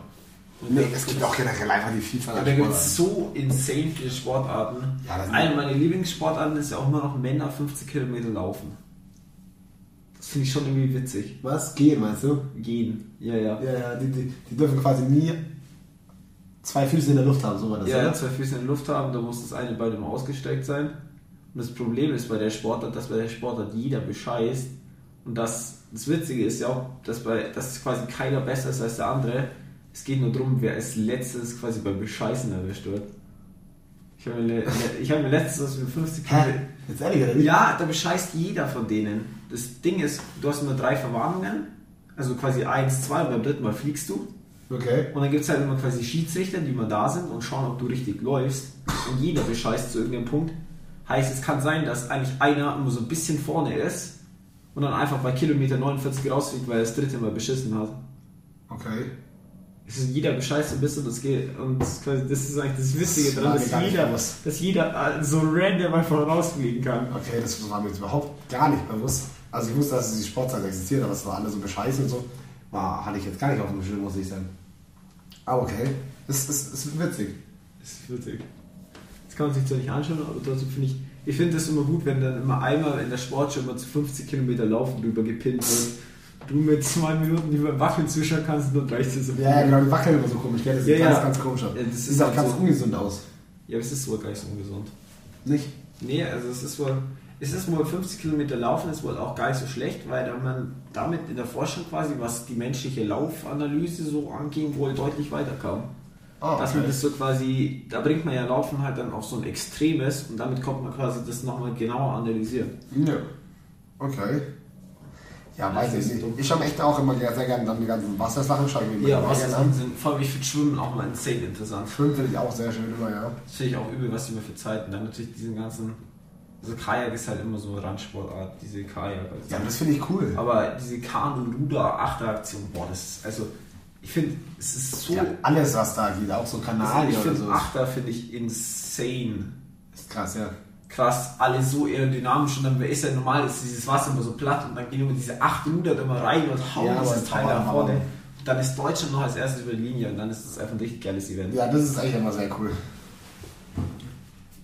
Und
Nee,
dann-
es gibt auch generell einfach die
Ja,
Vielfalt
da
an
gibt
Sportarten.
es so insane viele Sportarten.
Ja, das sind-
Eine meiner Lieblingssportarten ist ja auch immer noch Männer 50 Kilometer laufen. Das finde ich schon irgendwie witzig.
Was? Gehen, meinst du?
Gehen. Ja, ja.
Ja, ja, die, die, die dürfen quasi nie zwei Füße in der Luft haben, so war das,
Ja,
oder?
Also, zwei Füße in der Luft haben, da muss das eine Bein immer ausgestreckt sein. Und das Problem ist bei der Sportart, dass bei der Sportart jeder bescheißt. Und das, das Witzige ist ja auch, dass, bei, dass quasi keiner besser ist als der andere. Es geht nur darum, wer als letztes quasi beim Bescheißen erwischt wird. Ich habe mir, le- ich habe mir letztens mit 50 Kilometer.
Hä? Jetzt ehrlich, oder? wie?
Ja, da bescheißt jeder von denen. Das Ding ist, du hast immer drei Verwarnungen. Also quasi eins, zwei und beim dritten Mal fliegst du.
Okay.
Und dann gibt es halt immer quasi Schiedsrichter, die immer da sind und schauen, ob du richtig läufst. Und jeder bescheißt zu irgendeinem Punkt. Heißt, es kann sein, dass eigentlich einer immer so ein bisschen vorne ist und dann einfach bei Kilometer 49 rausfliegt, weil er das dritte Mal beschissen hat.
Okay.
Es ist jeder bescheißt ein bisschen und es geht. Und das ist quasi- das ist eigentlich das Witzige
Das
daran,
war mir gar
dass
nicht
jeder,
bewusst.
dass jeder äh, so random einfach rausfliegen kann.
Okay, das war mir jetzt überhaupt gar nicht bewusst. Also ich wusste, dass die Sportzeit existiert, aber es war alle so bescheißen und so. War, hatte ich jetzt gar nicht auf dem Schirm, muss ich sagen. Ah, okay. Es ist, ist witzig.
ist witzig. Das kann man sich zwar nicht anschauen, aber trotzdem finde ich, ich finde das immer gut, wenn dann immer einmal in der Sportschau immer zu 50 Kilometer laufen drüber gepinnt wird. Du mit zwei Minuten über Waffeln zuschauen kannst und dann reicht es so.
Ja, ja, genau, die wackeln immer so komisch, gell? Das sieht
Ja,
ganz,
ja.
ganz komisch aus.
Ja, das
das
ist
sieht auch
halt
ganz
so.
ungesund aus.
ja, aber es ist wohl gar nicht so ungesund.
Nicht?
Nee, also es ist wohl, es ist wohl 50 Kilometer Laufen ist wohl auch gar nicht so schlecht, weil da man damit in der Forschung quasi, was die menschliche Laufanalyse so anging, wohl deutlich weiterkam.
Ah,
Dass
okay.
man das so quasi, da bringt man ja Laufen halt dann auf so ein Extremes und damit kommt man quasi das nochmal genauer analysieren.
Ja. Okay. Ja, weiß
Das
ich
ist
nicht.
dumm.
Ich schaue mir echt auch immer sehr, sehr gerne dann die ganzen Wassersachen schaue ich mir immer
was
sehr gerne
sind,
an.
sind, vor allem ich finde Schwimmen auch mal insane interessant.
Schwimmen finde ich auch sehr schön immer, ja.
Das finde ich auch übel, was die mir für Zeiten. Dann natürlich diesen ganzen, also Kajak ist halt immer so eine Randsportart, diese Kajak. Also.
Ja, aber das finde ich cool.
Aber diese Kanu-Luda-Achteraktion, boah, das ist, also, ich finde, es ist so.
Ja, alles, was da geht, auch
also,
so
ich
Kanadier oder
finde
so.
Achter finde ich insane.
Ist krass, ja.
Krass, alles so aerodynamisch und dann ist ja normal, ist dieses Wasser immer so platt und dann gehen immer diese acht Luder da immer rein und hauen
Ja, aber
dieses
es
Teil
dauert
nach
aber.
vorne. Und dann ist Deutschland noch als erstes über die Linie und dann ist das einfach ein richtig geiles Event.
Ja, das ist eigentlich immer sehr cool.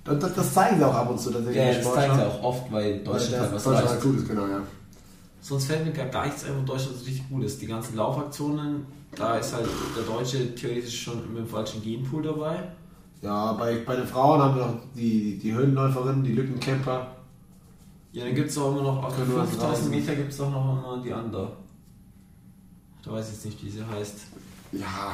Und das, das zeigen sie auch ab und zu, dass sie
Ja,
den
das
Sport
zeigt ja
schauen.
auch oft, weil Deutschland
Dass
halt was
Deutschland
leistet.
halt cool ist, genau, ja.
Sonst fällt mir gar gar nichts ein, wo Deutschland so richtig gut ist. Die ganzen Laufaktionen, da ist halt der Deutsche theoretisch schon mit dem falschen Genpool dabei.
Ja, bei, bei den Frauen haben wir noch die, die Höhenläuferinnen, die Lückencamper.
Ja, dann gibt es auch immer noch, auf den
Können wir was
5000
rausnehmen?
Meter gibt es doch noch immer die andere. Da weiß ich jetzt nicht, wie sie heißt.
Ja,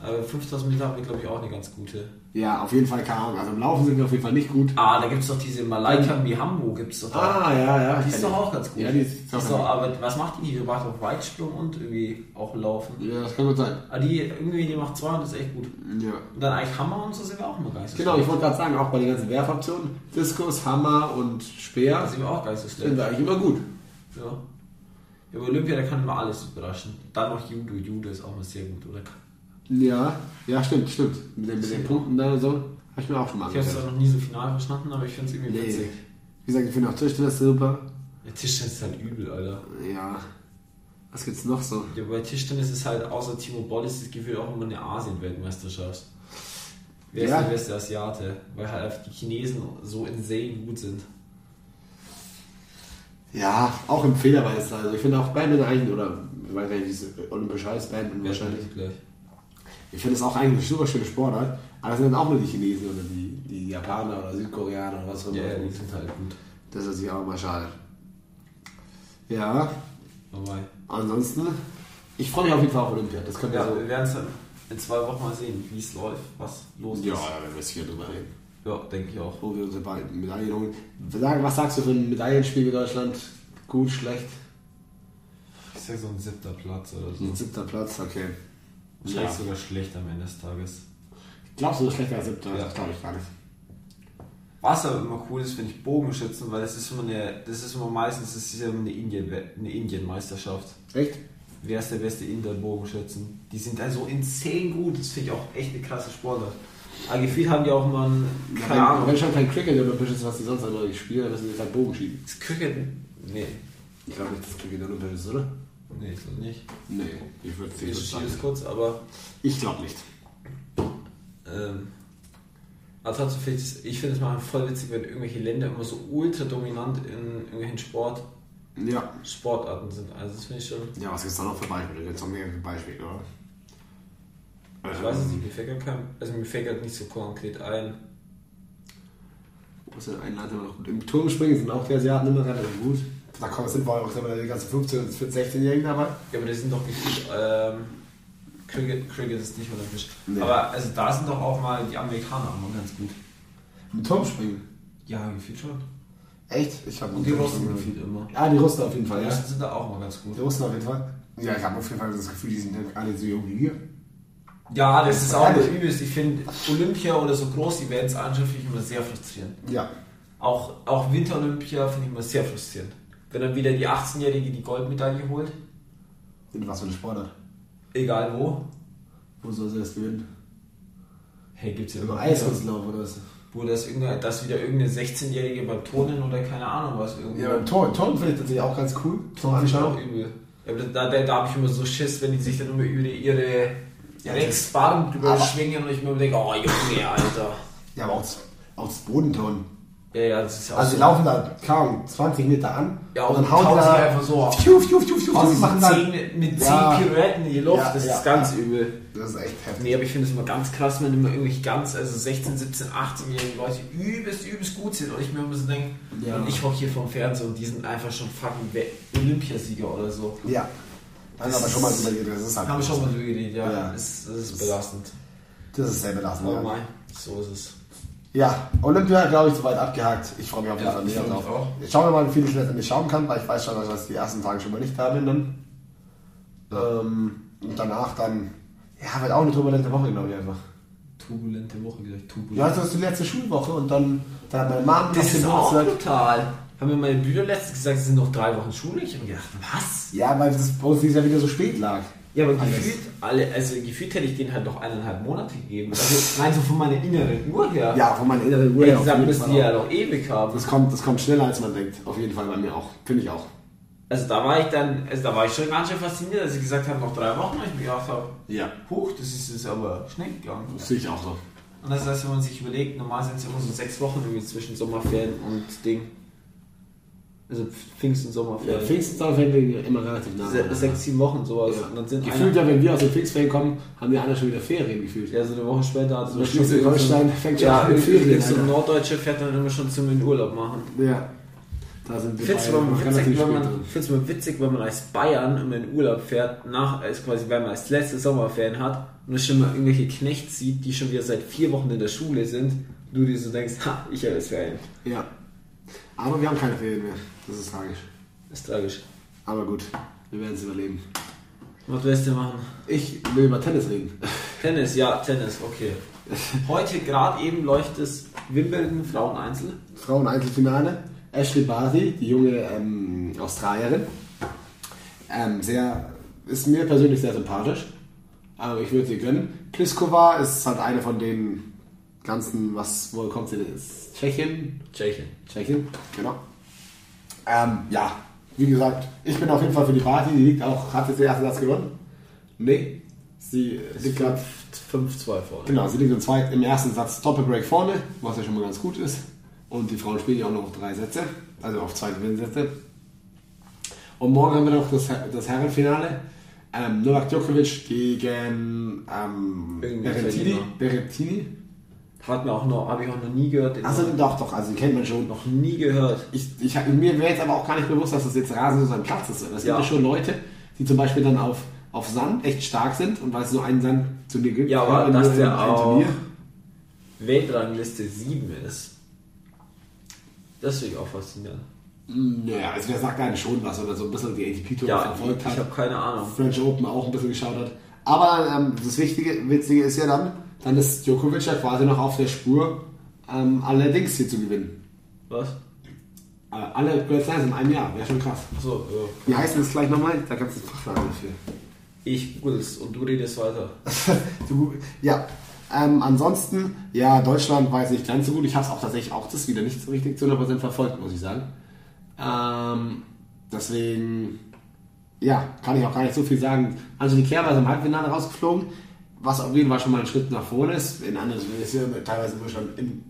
Aber 5000 Meter haben wir, glaube ich, auch eine ganz gute.
ja, auf jeden Fall keine Ahnung. Also im Laufen sind wir auf jeden Fall nicht gut.
Ah, da gibt es doch diese Malaika Mihambo, gibt es doch da.
Ah, ja, ja.
die ist doch auch ganz gut.
Ja, die ist-
die ist doch, aber was macht die? Die macht auch Weitsprung und irgendwie auch Laufen.
Ja, das kann gut sein.
Aber die, irgendwie, die macht zwei und ist echt gut.
Ja.
Und dann eigentlich Hammer und so sind wir auch immer geil.
Genau, ich wollte gerade sagen, auch bei den ganzen Werfaktionen, Diskus, Hammer und
Da
Speer
sind wir auch gar nicht so schlecht.
sind wir eigentlich immer gut.
Ja. Über Olympia, da kann immer alles überraschen. Dann noch Judo. Judo ist auch mal sehr gut, oder?
Ja, ja, stimmt, stimmt. Mit den, mit den Punkten da und so, habe ich mir auch schon mal
Ich habe es auch noch nie so final verstanden, aber ich finde es irgendwie
Nee.
witzig.
Wie gesagt, ich finde auch Tischtennis super.
Ja, Tischtennis ist halt übel, Alter.
Ja. Was gibt's noch so?
Ja, bei Tischtennis ist halt außer Timo Boll ist das Gefühl auch immer eine Asien-Weltmeisterschaft. Wer
Ja.
ist der beste Asiate? Weil halt einfach die Chinesen so insane gut sind.
Ja, auch im Federweiß. Also ich finde auch Badminton eigentlich, oder ich weiß nicht, wie es olympisch heißt, Badminton
Wer
wahrscheinlich.
ist gleich?
Ich finde es auch eigentlich eine super schöne Sportart, aber das sind dann auch nur die Chinesen oder die, die Japaner oder Südkoreaner oder was auch
Ja,
immer.
ja, die sind halt gut.
Das ist natürlich auch mal schade. Ja,
Normal.
ansonsten, ich freue mich auf jeden Fall auf Olympia. Das können wir
Ja,
so.
Also, wir werden es dann in zwei Wochen mal sehen, wie es läuft, was los
Ja,
ist.
da werden wir sicher drüber reden.
Ja, denke ich auch.
Wo wir unsere beiden Medaillen holen. Sag- Was sagst du für ein Medaillenspiel für Deutschland? Gut, schlecht?
Ich sag so ein siebter Platz oder so.
Ein siebter Platz, okay.
Wahrscheinlich
Ja.
sogar schlecht am Ende des Tages.
Glaubst du, das ist schlechter als siebter?
Ja.
Das glaube ich gar nicht.
Was aber immer cool ist, finde ich Bogenschützen, weil das ist immer eine, das ist immer meistens, das ist ja eine Indien, eine Indienmeisterschaft.
Echt?
Wer ist der beste Inder Bogenschützen? Die sind also insane gut. Das finde ich auch echt eine krasse Sportart. Aber gefühlt haben die auch mal einen,
Ja,
keine
wenn,
Ahnung.
wenn schon kein Cricket olympisch ist, was die sonst immer spielen, dann müssen sie halt Bogen schieben.
Das Cricket? Nee.
Ich glaube nicht, dass Cricket olympisch ist, oder?
Nee, ich glaube nicht.
Nee, ich würde es
Ich schiebe es kurz, aber
Ich glaube nicht.
Ähm, aber trotzdem finde ich, ich finde es mal voll witzig, wenn irgendwelche Länder immer so ultra dominant in irgendwelchen Sport,
Ja.
Sportarten sind. Also das finde ich schon.
Ja, was gibt es da noch für Beispiele? Jetzt haben wir ja ein Beispiel, oder? Also,
Ich weiß es nicht, mir fällt gar kein, also mir fällt halt nicht so konkret ein.
Was denn ein Land immer noch gut? Im Turmspringen sind auch die Asiaten immer relativ gut. Da kommen, sind vor allem auch immer die ganzen 15- bis 16-Jährigen dabei.
Ja, aber das sind doch gefühlt, ähm, Cricket, Cricket ist nicht olympisch.
Nee.
Aber also da sind doch auch mal die Amerikaner immer ganz gut.
Im Turmspringen?
Ja, gefühlt schon.
Echt? Ich habe
Und die Russen gefühlt immer.
Ja, die Russen auf jeden Fall,
Die
ja.
Russen sind da auch mal ganz gut.
Die Russen auf jeden Fall. Ja, ich habe auf jeden Fall das Gefühl, die sind alle so jung wie wir.
Ja, das ist auch
Ja,
das
nicht.
Übelste. Ich finde Olympia oder so Groß-Events anschauen, finde ich immer sehr frustrierend.
Ja.
Auch, auch Winter-Olympia finde ich immer sehr frustrierend. Wenn dann wieder die 18-Jährige die Goldmedaille holt,
Und was für eine Sportart?
egal wo.
Wo soll sie das gewinnen?
Hey, gibt's ja
Im
immer
Eiskunstlauf oder was?
Wo das irgendeine, dass wieder irgendeine 16-Jährige beim Turnen oder keine Ahnung was irgendwie.
Ja, beim Turn. Turn finde ich tatsächlich auch ganz cool. Zum
finde ich auch
Anschauen.
übel. Ja, aber da da, da habe ich immer so Schiss, wenn die sich dann immer über ihre
Ja,
Rex Barm drüber
Aber-
schwingen und ich mir denke, oh Junge, Alter.
Ja, aber aus, aus Bodenton.
Ja, ja, das ist ja auch
Also
so.
die laufen da, keine Ahnung, 20 Meter an.
Ja,
und dann
und
hauen die
hauen
da
sich einfach so auf.
Fiu, fiu, fiu, fiu,
Hauen
fiu,
sie
machen
mit
da.
zehn, mit zehn
Ja.
Pirouetten in die Luft,
Ja,
das
ja,
ist ganz
ja.
übel.
Das ist echt heftig.
Nee, aber ich finde es immer ganz krass, wenn immer irgendwelche ganz, also 16, 17, 18-jährige Leute übelst, übelst gut sind und ich mir immer so denke,
Ja.
und ich hocke hier vom Fernseher und die sind einfach schon fucking We- Olympiasieger oder so.
Ja. Dann
Das
haben wir schon mal
ist-
drüber geredet. Das ist halt.
Haben wir schon mal drüber geredet, ja.
Ja.
Ist, das ist belastend.
Das ist sehr belastend.
Aber
Ja.
mei, so ist es.
ja, Olympia, glaube ich, soweit abgehakt. Ich freue mich auf jeden
Ja,
Fall
ich
mega
freu mich
drauf.
auch.
Jetzt schauen wir mal, wie viel ich letztendlich schauen kann, weil ich weiß schon, dass ich das die ersten Tage schon mal nicht da bin. Dann. Ähm, und danach dann. Ja, wird auch eine turbulente Woche, glaube ich, einfach.
Turbulente Woche gesagt, turbulent.
Ja, das ist die letzte Schulwoche und dann, dann hat meine Mom noch
Das ist auch
Geburtstag.
brutal. Haben mir meine Brüder letztens gesagt, es sind noch drei Wochen Schule. Ich habe mir gedacht, was?
Ja, weil das bei uns dieses Jahr wieder so spät lag.
Ja, aber
Alles.
gefühlt, alle, also gefühlt hätte ich denen halt noch eineinhalb Monate gegeben. Also, nein, so von meiner inneren Uhr her.
Ja, von meiner inneren Uhr
Ehrlich
auf
gesagt,
jeden
müssen
Fall
die
auch.
ja noch ewig haben.
Das kommt, das kommt schneller als man denkt. Auf jeden Fall bei mir auch. Finde ich auch.
Also da war ich dann, also da war ich schon ganz schön fasziniert, als sie gesagt haben, noch drei Wochen. Und ich mir gedacht habe,
Ja.
huch, das ist jetzt aber schnell gegangen.
Das sehe ich auch so.
Und das heißt, wenn man sich überlegt, normal sind es immer so sechs Wochen irgendwie zwischen Sommerferien und Ding. Also Pfingst- und Sommerferien.
Pfingstsaufwände immer relativ nah.
Se- sechs, sieben Wochen sowas.
Also,
Und dann sind
Gefühlt ja, wenn wir aus den Pfingstferien kommen, haben die anderen schon wieder Ferien gefühlt.
Ja, so eine Woche später hat
So Schleswig-Holstein fängt schon
ja,
an mit Ferien.
so
Alter.
ein Norddeutsche fährt dann immer schon zum in Urlaub machen.
Ja. Da sind wir
Findest du
beide
mal
noch
witzig, wenn
spät
man,
drin.
findest du mal witzig, wenn man als Bayern immer in Urlaub fährt, nach, als quasi, weil man als letzte Sommerferien hat und dann schon mal irgendwelche Knechts sieht, die schon wieder seit vier Wochen in der Schule sind und du dir so denkst, ha, ich habe jetzt Ferien.
Ja. Aber wir haben keine Ferien mehr. Das ist tragisch.
ist tragisch.
Aber gut, wir werden es überleben.
Was willst du machen?
Ich will über Tennis reden.
Tennis, ja, Tennis, okay. Heute gerade eben läuft das Wimbledon Fraueneinzel.
Frauen-Einzelfinale. Ashley Barty, die junge ähm, Australierin. Ähm, sehr, ist mir persönlich sehr sympathisch. Aber ich würde sie gönnen. Pliskova ist halt eine von den ganzen, was, woher kommt sie denn? Ist Tschechien?
Tschechien.
Tschechien, genau. Ähm, ja, wie gesagt, ich bin auf jeden Fall für die Party. Die liegt auch, hat jetzt den ersten Satz gewonnen? Nee. Sie liegt gerade
5-2 vorne.
Genau, sie liegt im, zweiten, im ersten Satz Doppelbreak vorne, was ja schon mal ganz gut ist. Und die Frauen spielen ja auch noch auf drei Sätze, also auf zwei Gewinnsätze. Und morgen haben wir noch das, Her- das Herrenfinale. Ähm, Novak Djokovic gegen ähm,
Irgendwie
Berrettini.
Italiener.
Berrettini.
Hat mir auch noch, habe ich auch noch nie gehört. In-
Also doch, doch, also die kennt man schon.
noch nie gehört.
Ich, ich, hab- mir wäre jetzt aber auch gar nicht bewusst, dass das jetzt Rasen so sein Platz ist. Es
Ja.
gibt ja schon Leute, die zum Beispiel dann auf, auf Sand echt stark sind und weil es nur einen Sand zu dir gibt,
Ja, aber
kann man
dass
nur
der
ein
auch-
Turnier.
Weltrangliste 7 ist. Das finde ich auch faszinierend.
Naja, also der sagt einem schon was, wenn er so ein bisschen die ATP-Tour
Ja,
verfolgt
ich,
hat,
habe keine Ahnung.
French Open auch ein bisschen geschaut hat. Aber ähm, das Wichtige, Witzige ist ja dann, dann ist Djokovic ja quasi noch auf der Spur, ähm, allerdings hier zu gewinnen.
Was?
Äh, alle Grand Slams in einem Jahr, wäre schon krass.
Achso, ja.
Wie heißt denn das gleich nochmal? Da kannst du einen Fachnamen dafür.
Ich googles und du redest weiter.
Du- ja. Ähm, ansonsten, ja, Deutschland war jetzt nicht ganz so gut. Ich habe es auch tatsächlich auch das wieder nicht so richtig zu 100% verfolgt, muss ich sagen. Ähm, deswegen, ja, kann ich auch gar nicht so viel sagen. Also die Kerber ist im Halbfinale rausgeflogen, was auf jeden Fall schon mal ein Schritt nach vorne ist. In anderen ist ja teilweise nur schon in,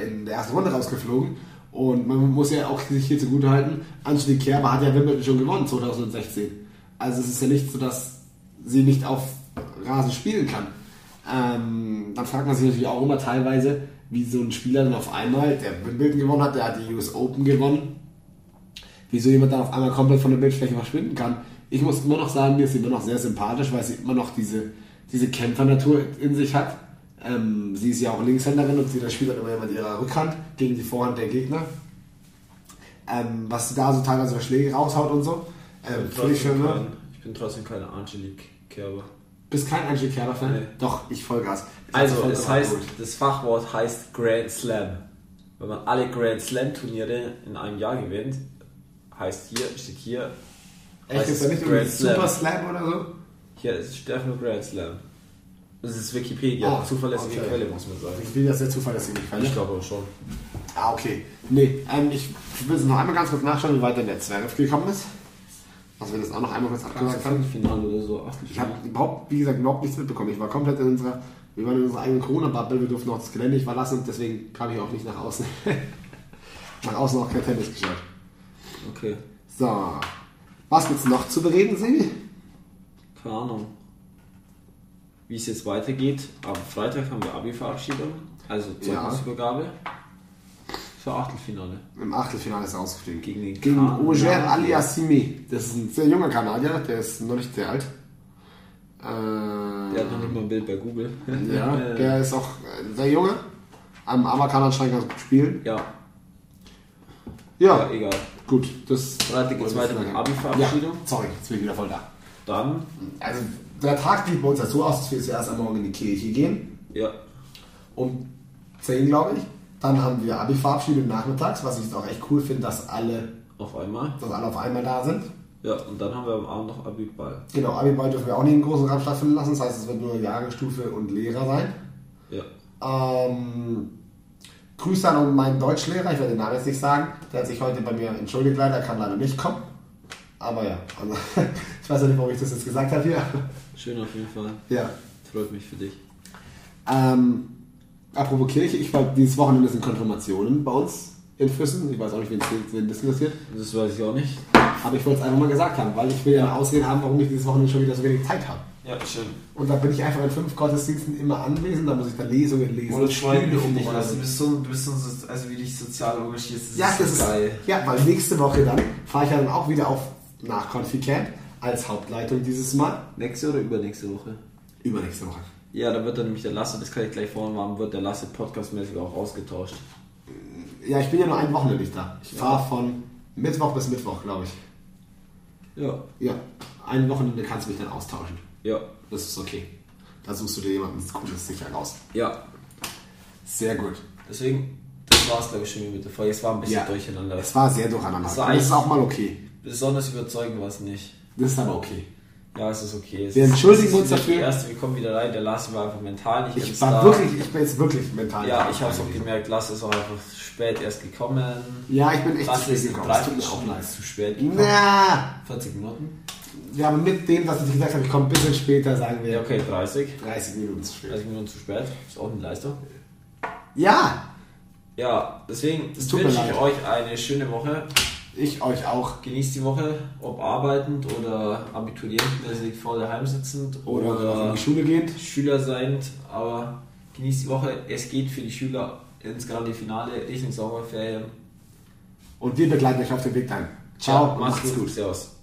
äh, in der ersten Runde rausgeflogen. Und man muss ja auch sich hier zugute halten, Angelique Kerber hat ja Wimbledon schon gewonnen 2016. Also es ist ja nicht so, dass sie nicht auf Rasen spielen kann. Ähm, dann fragt man sich natürlich auch immer teilweise, wie so ein Spieler dann auf einmal, der Wimbledon gewonnen hat, der hat die US Open gewonnen, wieso jemand dann auf einmal komplett von der Bildfläche verschwinden kann. Ich muss immer noch sagen, mir ist sie immer noch sehr sympathisch, weil sie immer noch diese, diese Kämpfernatur in sich hat. Ähm, sie ist ja auch Linkshänderin und sie das Spiel dann immer mit ihrer Rückhand gegen die Vorhand der Gegner. Ähm, was sie da so teilweise für Schläge raushaut und so.
Also
Ähm, Finde ich schon, ne?
kein, ich bin trotzdem keine Angelique Kerber.
Bist kein Angel Kerber-Fan?
Nee.
Doch, ich Vollgas. Ich hab's
Also,
voll
es
Gas
heißt,
geholt.
das Fachwort heißt Grand Slam. Wenn man alle Grand Slam Turniere in einem Jahr gewinnt, heißt hier, steht hier,
Echt,
heißt
ist da nicht irgendwie
Grand Slam.
Super Slam oder so?
Hier ist Stefano Grand Slam. Das ist Wikipedia,
Ah,
zuverlässige
okay.
Quelle, muss man sagen.
Ich will das sehr zuverlässig
Ich
gefallen.
glaube aber schon.
Ah, okay. Nee, ähm, ich will es noch einmal ganz kurz nachschauen, wie weit denn der Zwerg gekommen ist. was wir das auch noch einmal kurz abgesagt haben.
Achtelfinale oder so.
Ich habe überhaupt, wie gesagt, überhaupt nichts mitbekommen. Ich war komplett in unserer, wir waren in unserer eigenen Corona-Bubble, wir durften auch das Gelände nicht verlassen und deswegen kam ich auch nicht nach außen. nach außen auch kein Tennis geschaut.
Okay,
So. Was gibt's noch zu bereden, Sebi?
keine Ahnung. Wie es jetzt weitergeht, am Freitag haben wir Abi-Verabschiedung, also Zeugnisübergabe für Achtelfinale.
Im Achtelfinale ist er ausgeflogen.
Gegen den
Gegen
Kanadier.
Auger Aliassime. Das ist ein sehr junger Kanadier, der ist noch nicht sehr alt.
Der hat noch
Äh,
nicht mal ein Bild bei Google.
ja, der ist auch äh, sehr junge. Am Amerikaner anscheinend ganz gut spielen.
ja,
Ja,
ja, egal.
gut. Das
Freitag geht's weiter mit Abi-Verabschiedung.
Ja, sorry, jetzt bin ich wieder voll da.
Dann,
Also der Tag sieht bei uns ja so aus, dass wir zuerst am Morgen in die Kirche gehen.
ja,
Um 10, glaube ich. Dann haben wir Abi-Verabschiedung nachmittags, was ich jetzt auch echt cool finde, dass alle,
auf einmal.
dass alle auf einmal da sind.
Ja, und dann haben wir am Abend noch Abi-Ball.
Genau, Abi-Ball dürfen wir auch nicht in großen Rahmen stattfinden lassen. Das heißt, es wird nur Jahrgangsstufe und Lehrer sein.
Ja,
Ähm, Grüße an um meinen Deutschlehrer, ich werde den Namen jetzt nicht sagen. Der hat sich heute bei mir entschuldigt, leider kann leider nicht kommen. Aber ja, also, ich weiß ja nicht, warum ich das jetzt gesagt habe hier.
schön auf jeden Fall.
Ja,
Freut mich für dich.
Ähm, apropos Kirche, ich war dieses Wochenende in Konfirmationen bei uns in Füssen. Ich weiß auch nicht, wen es- wen das interessiert.
Das weiß ich auch nicht.
Aber ich wollte es einfach mal gesagt haben, weil ich will ja eine Ausrede haben, warum ich dieses Wochenende schon wieder so wenig Zeit habe.
Ja, schön.
Und da bin ich einfach in fünf Gottesdiensten immer anwesend, da muss ich dann Lesungen lesen.
Und das um freut mich für dich,
umräumen.
was du also bist so, du bist so, so- also wie dich sozial engagierst, das
Ja, das ist
geil.
Ja, weil nächste Woche dann fahre ich ja dann auch wieder auf nach Conficamp als Hauptleitung dieses Mal.
Nächste oder übernächste Woche?
Übernächste Woche.
Ja, da wird dann nämlich der Lasse, das kann ich gleich vorwarnen, wird der Lasse podcastmäßig auch ausgetauscht.
Ja, ich bin ja nur ein Wochenende nicht da. Ich fahre von Mittwoch bis Mittwoch, glaube ich.
Ja.
Ja, ein Wochenende kannst du mich dann austauschen.
Ja.
Das ist okay. Da suchst du dir jemanden Cooles sicher raus.
Ja.
Sehr gut.
Deswegen, das war's glaube ich schon wieder mit der Folge. Es war ein bisschen durcheinander. Also
Es war sehr durcheinander.
Es war
Und das ist
eigentlich-
auch mal okay.
Besonders überzeugend war es nicht.
Das ist aber okay.
Ja, es ist okay. Es
Wir
ist-
entschuldigen
es ist
uns
wieder
dafür.
Die erste, wir kommen wieder rein. Der Lasse war einfach mental nicht
Ich
ganz
war
da.
wirklich, ich bin jetzt wirklich mental.
Ja,
krank
ich habe es auch
gewesen.
gemerkt. Lasse ist auch einfach spät erst gekommen.
Ja, ich bin echt
Lasse ist
gekommen. Das tut
dreiviertel
mir auch
Stunde
leid.
zu spät gekommen.
Na,
40 Minuten?
wir haben mit dem, was ich gesagt habe, ich komme ein bisschen später, sagen wir
Ja, okay, 30.
30 Minuten zu spät.
30 Minuten zu spät. Ist auch eine Leistung.
Ja,
Ja, deswegen
tut mir
wünsche ich
leid.
euch eine schöne Woche.
ich euch auch.
Genießt die Woche, ob arbeitend oder abiturientmäßig vor daheim sitzend
Oder, in
oder
die Schule gehend.
Schüler seiend. Aber genießt die Woche. Es geht für die Schüler ins gerade Finale Richtung Sommerferien.
Und wir begleiten euch auf dem Weg dann. Ciao,
Ja,
macht's gut.
Servus.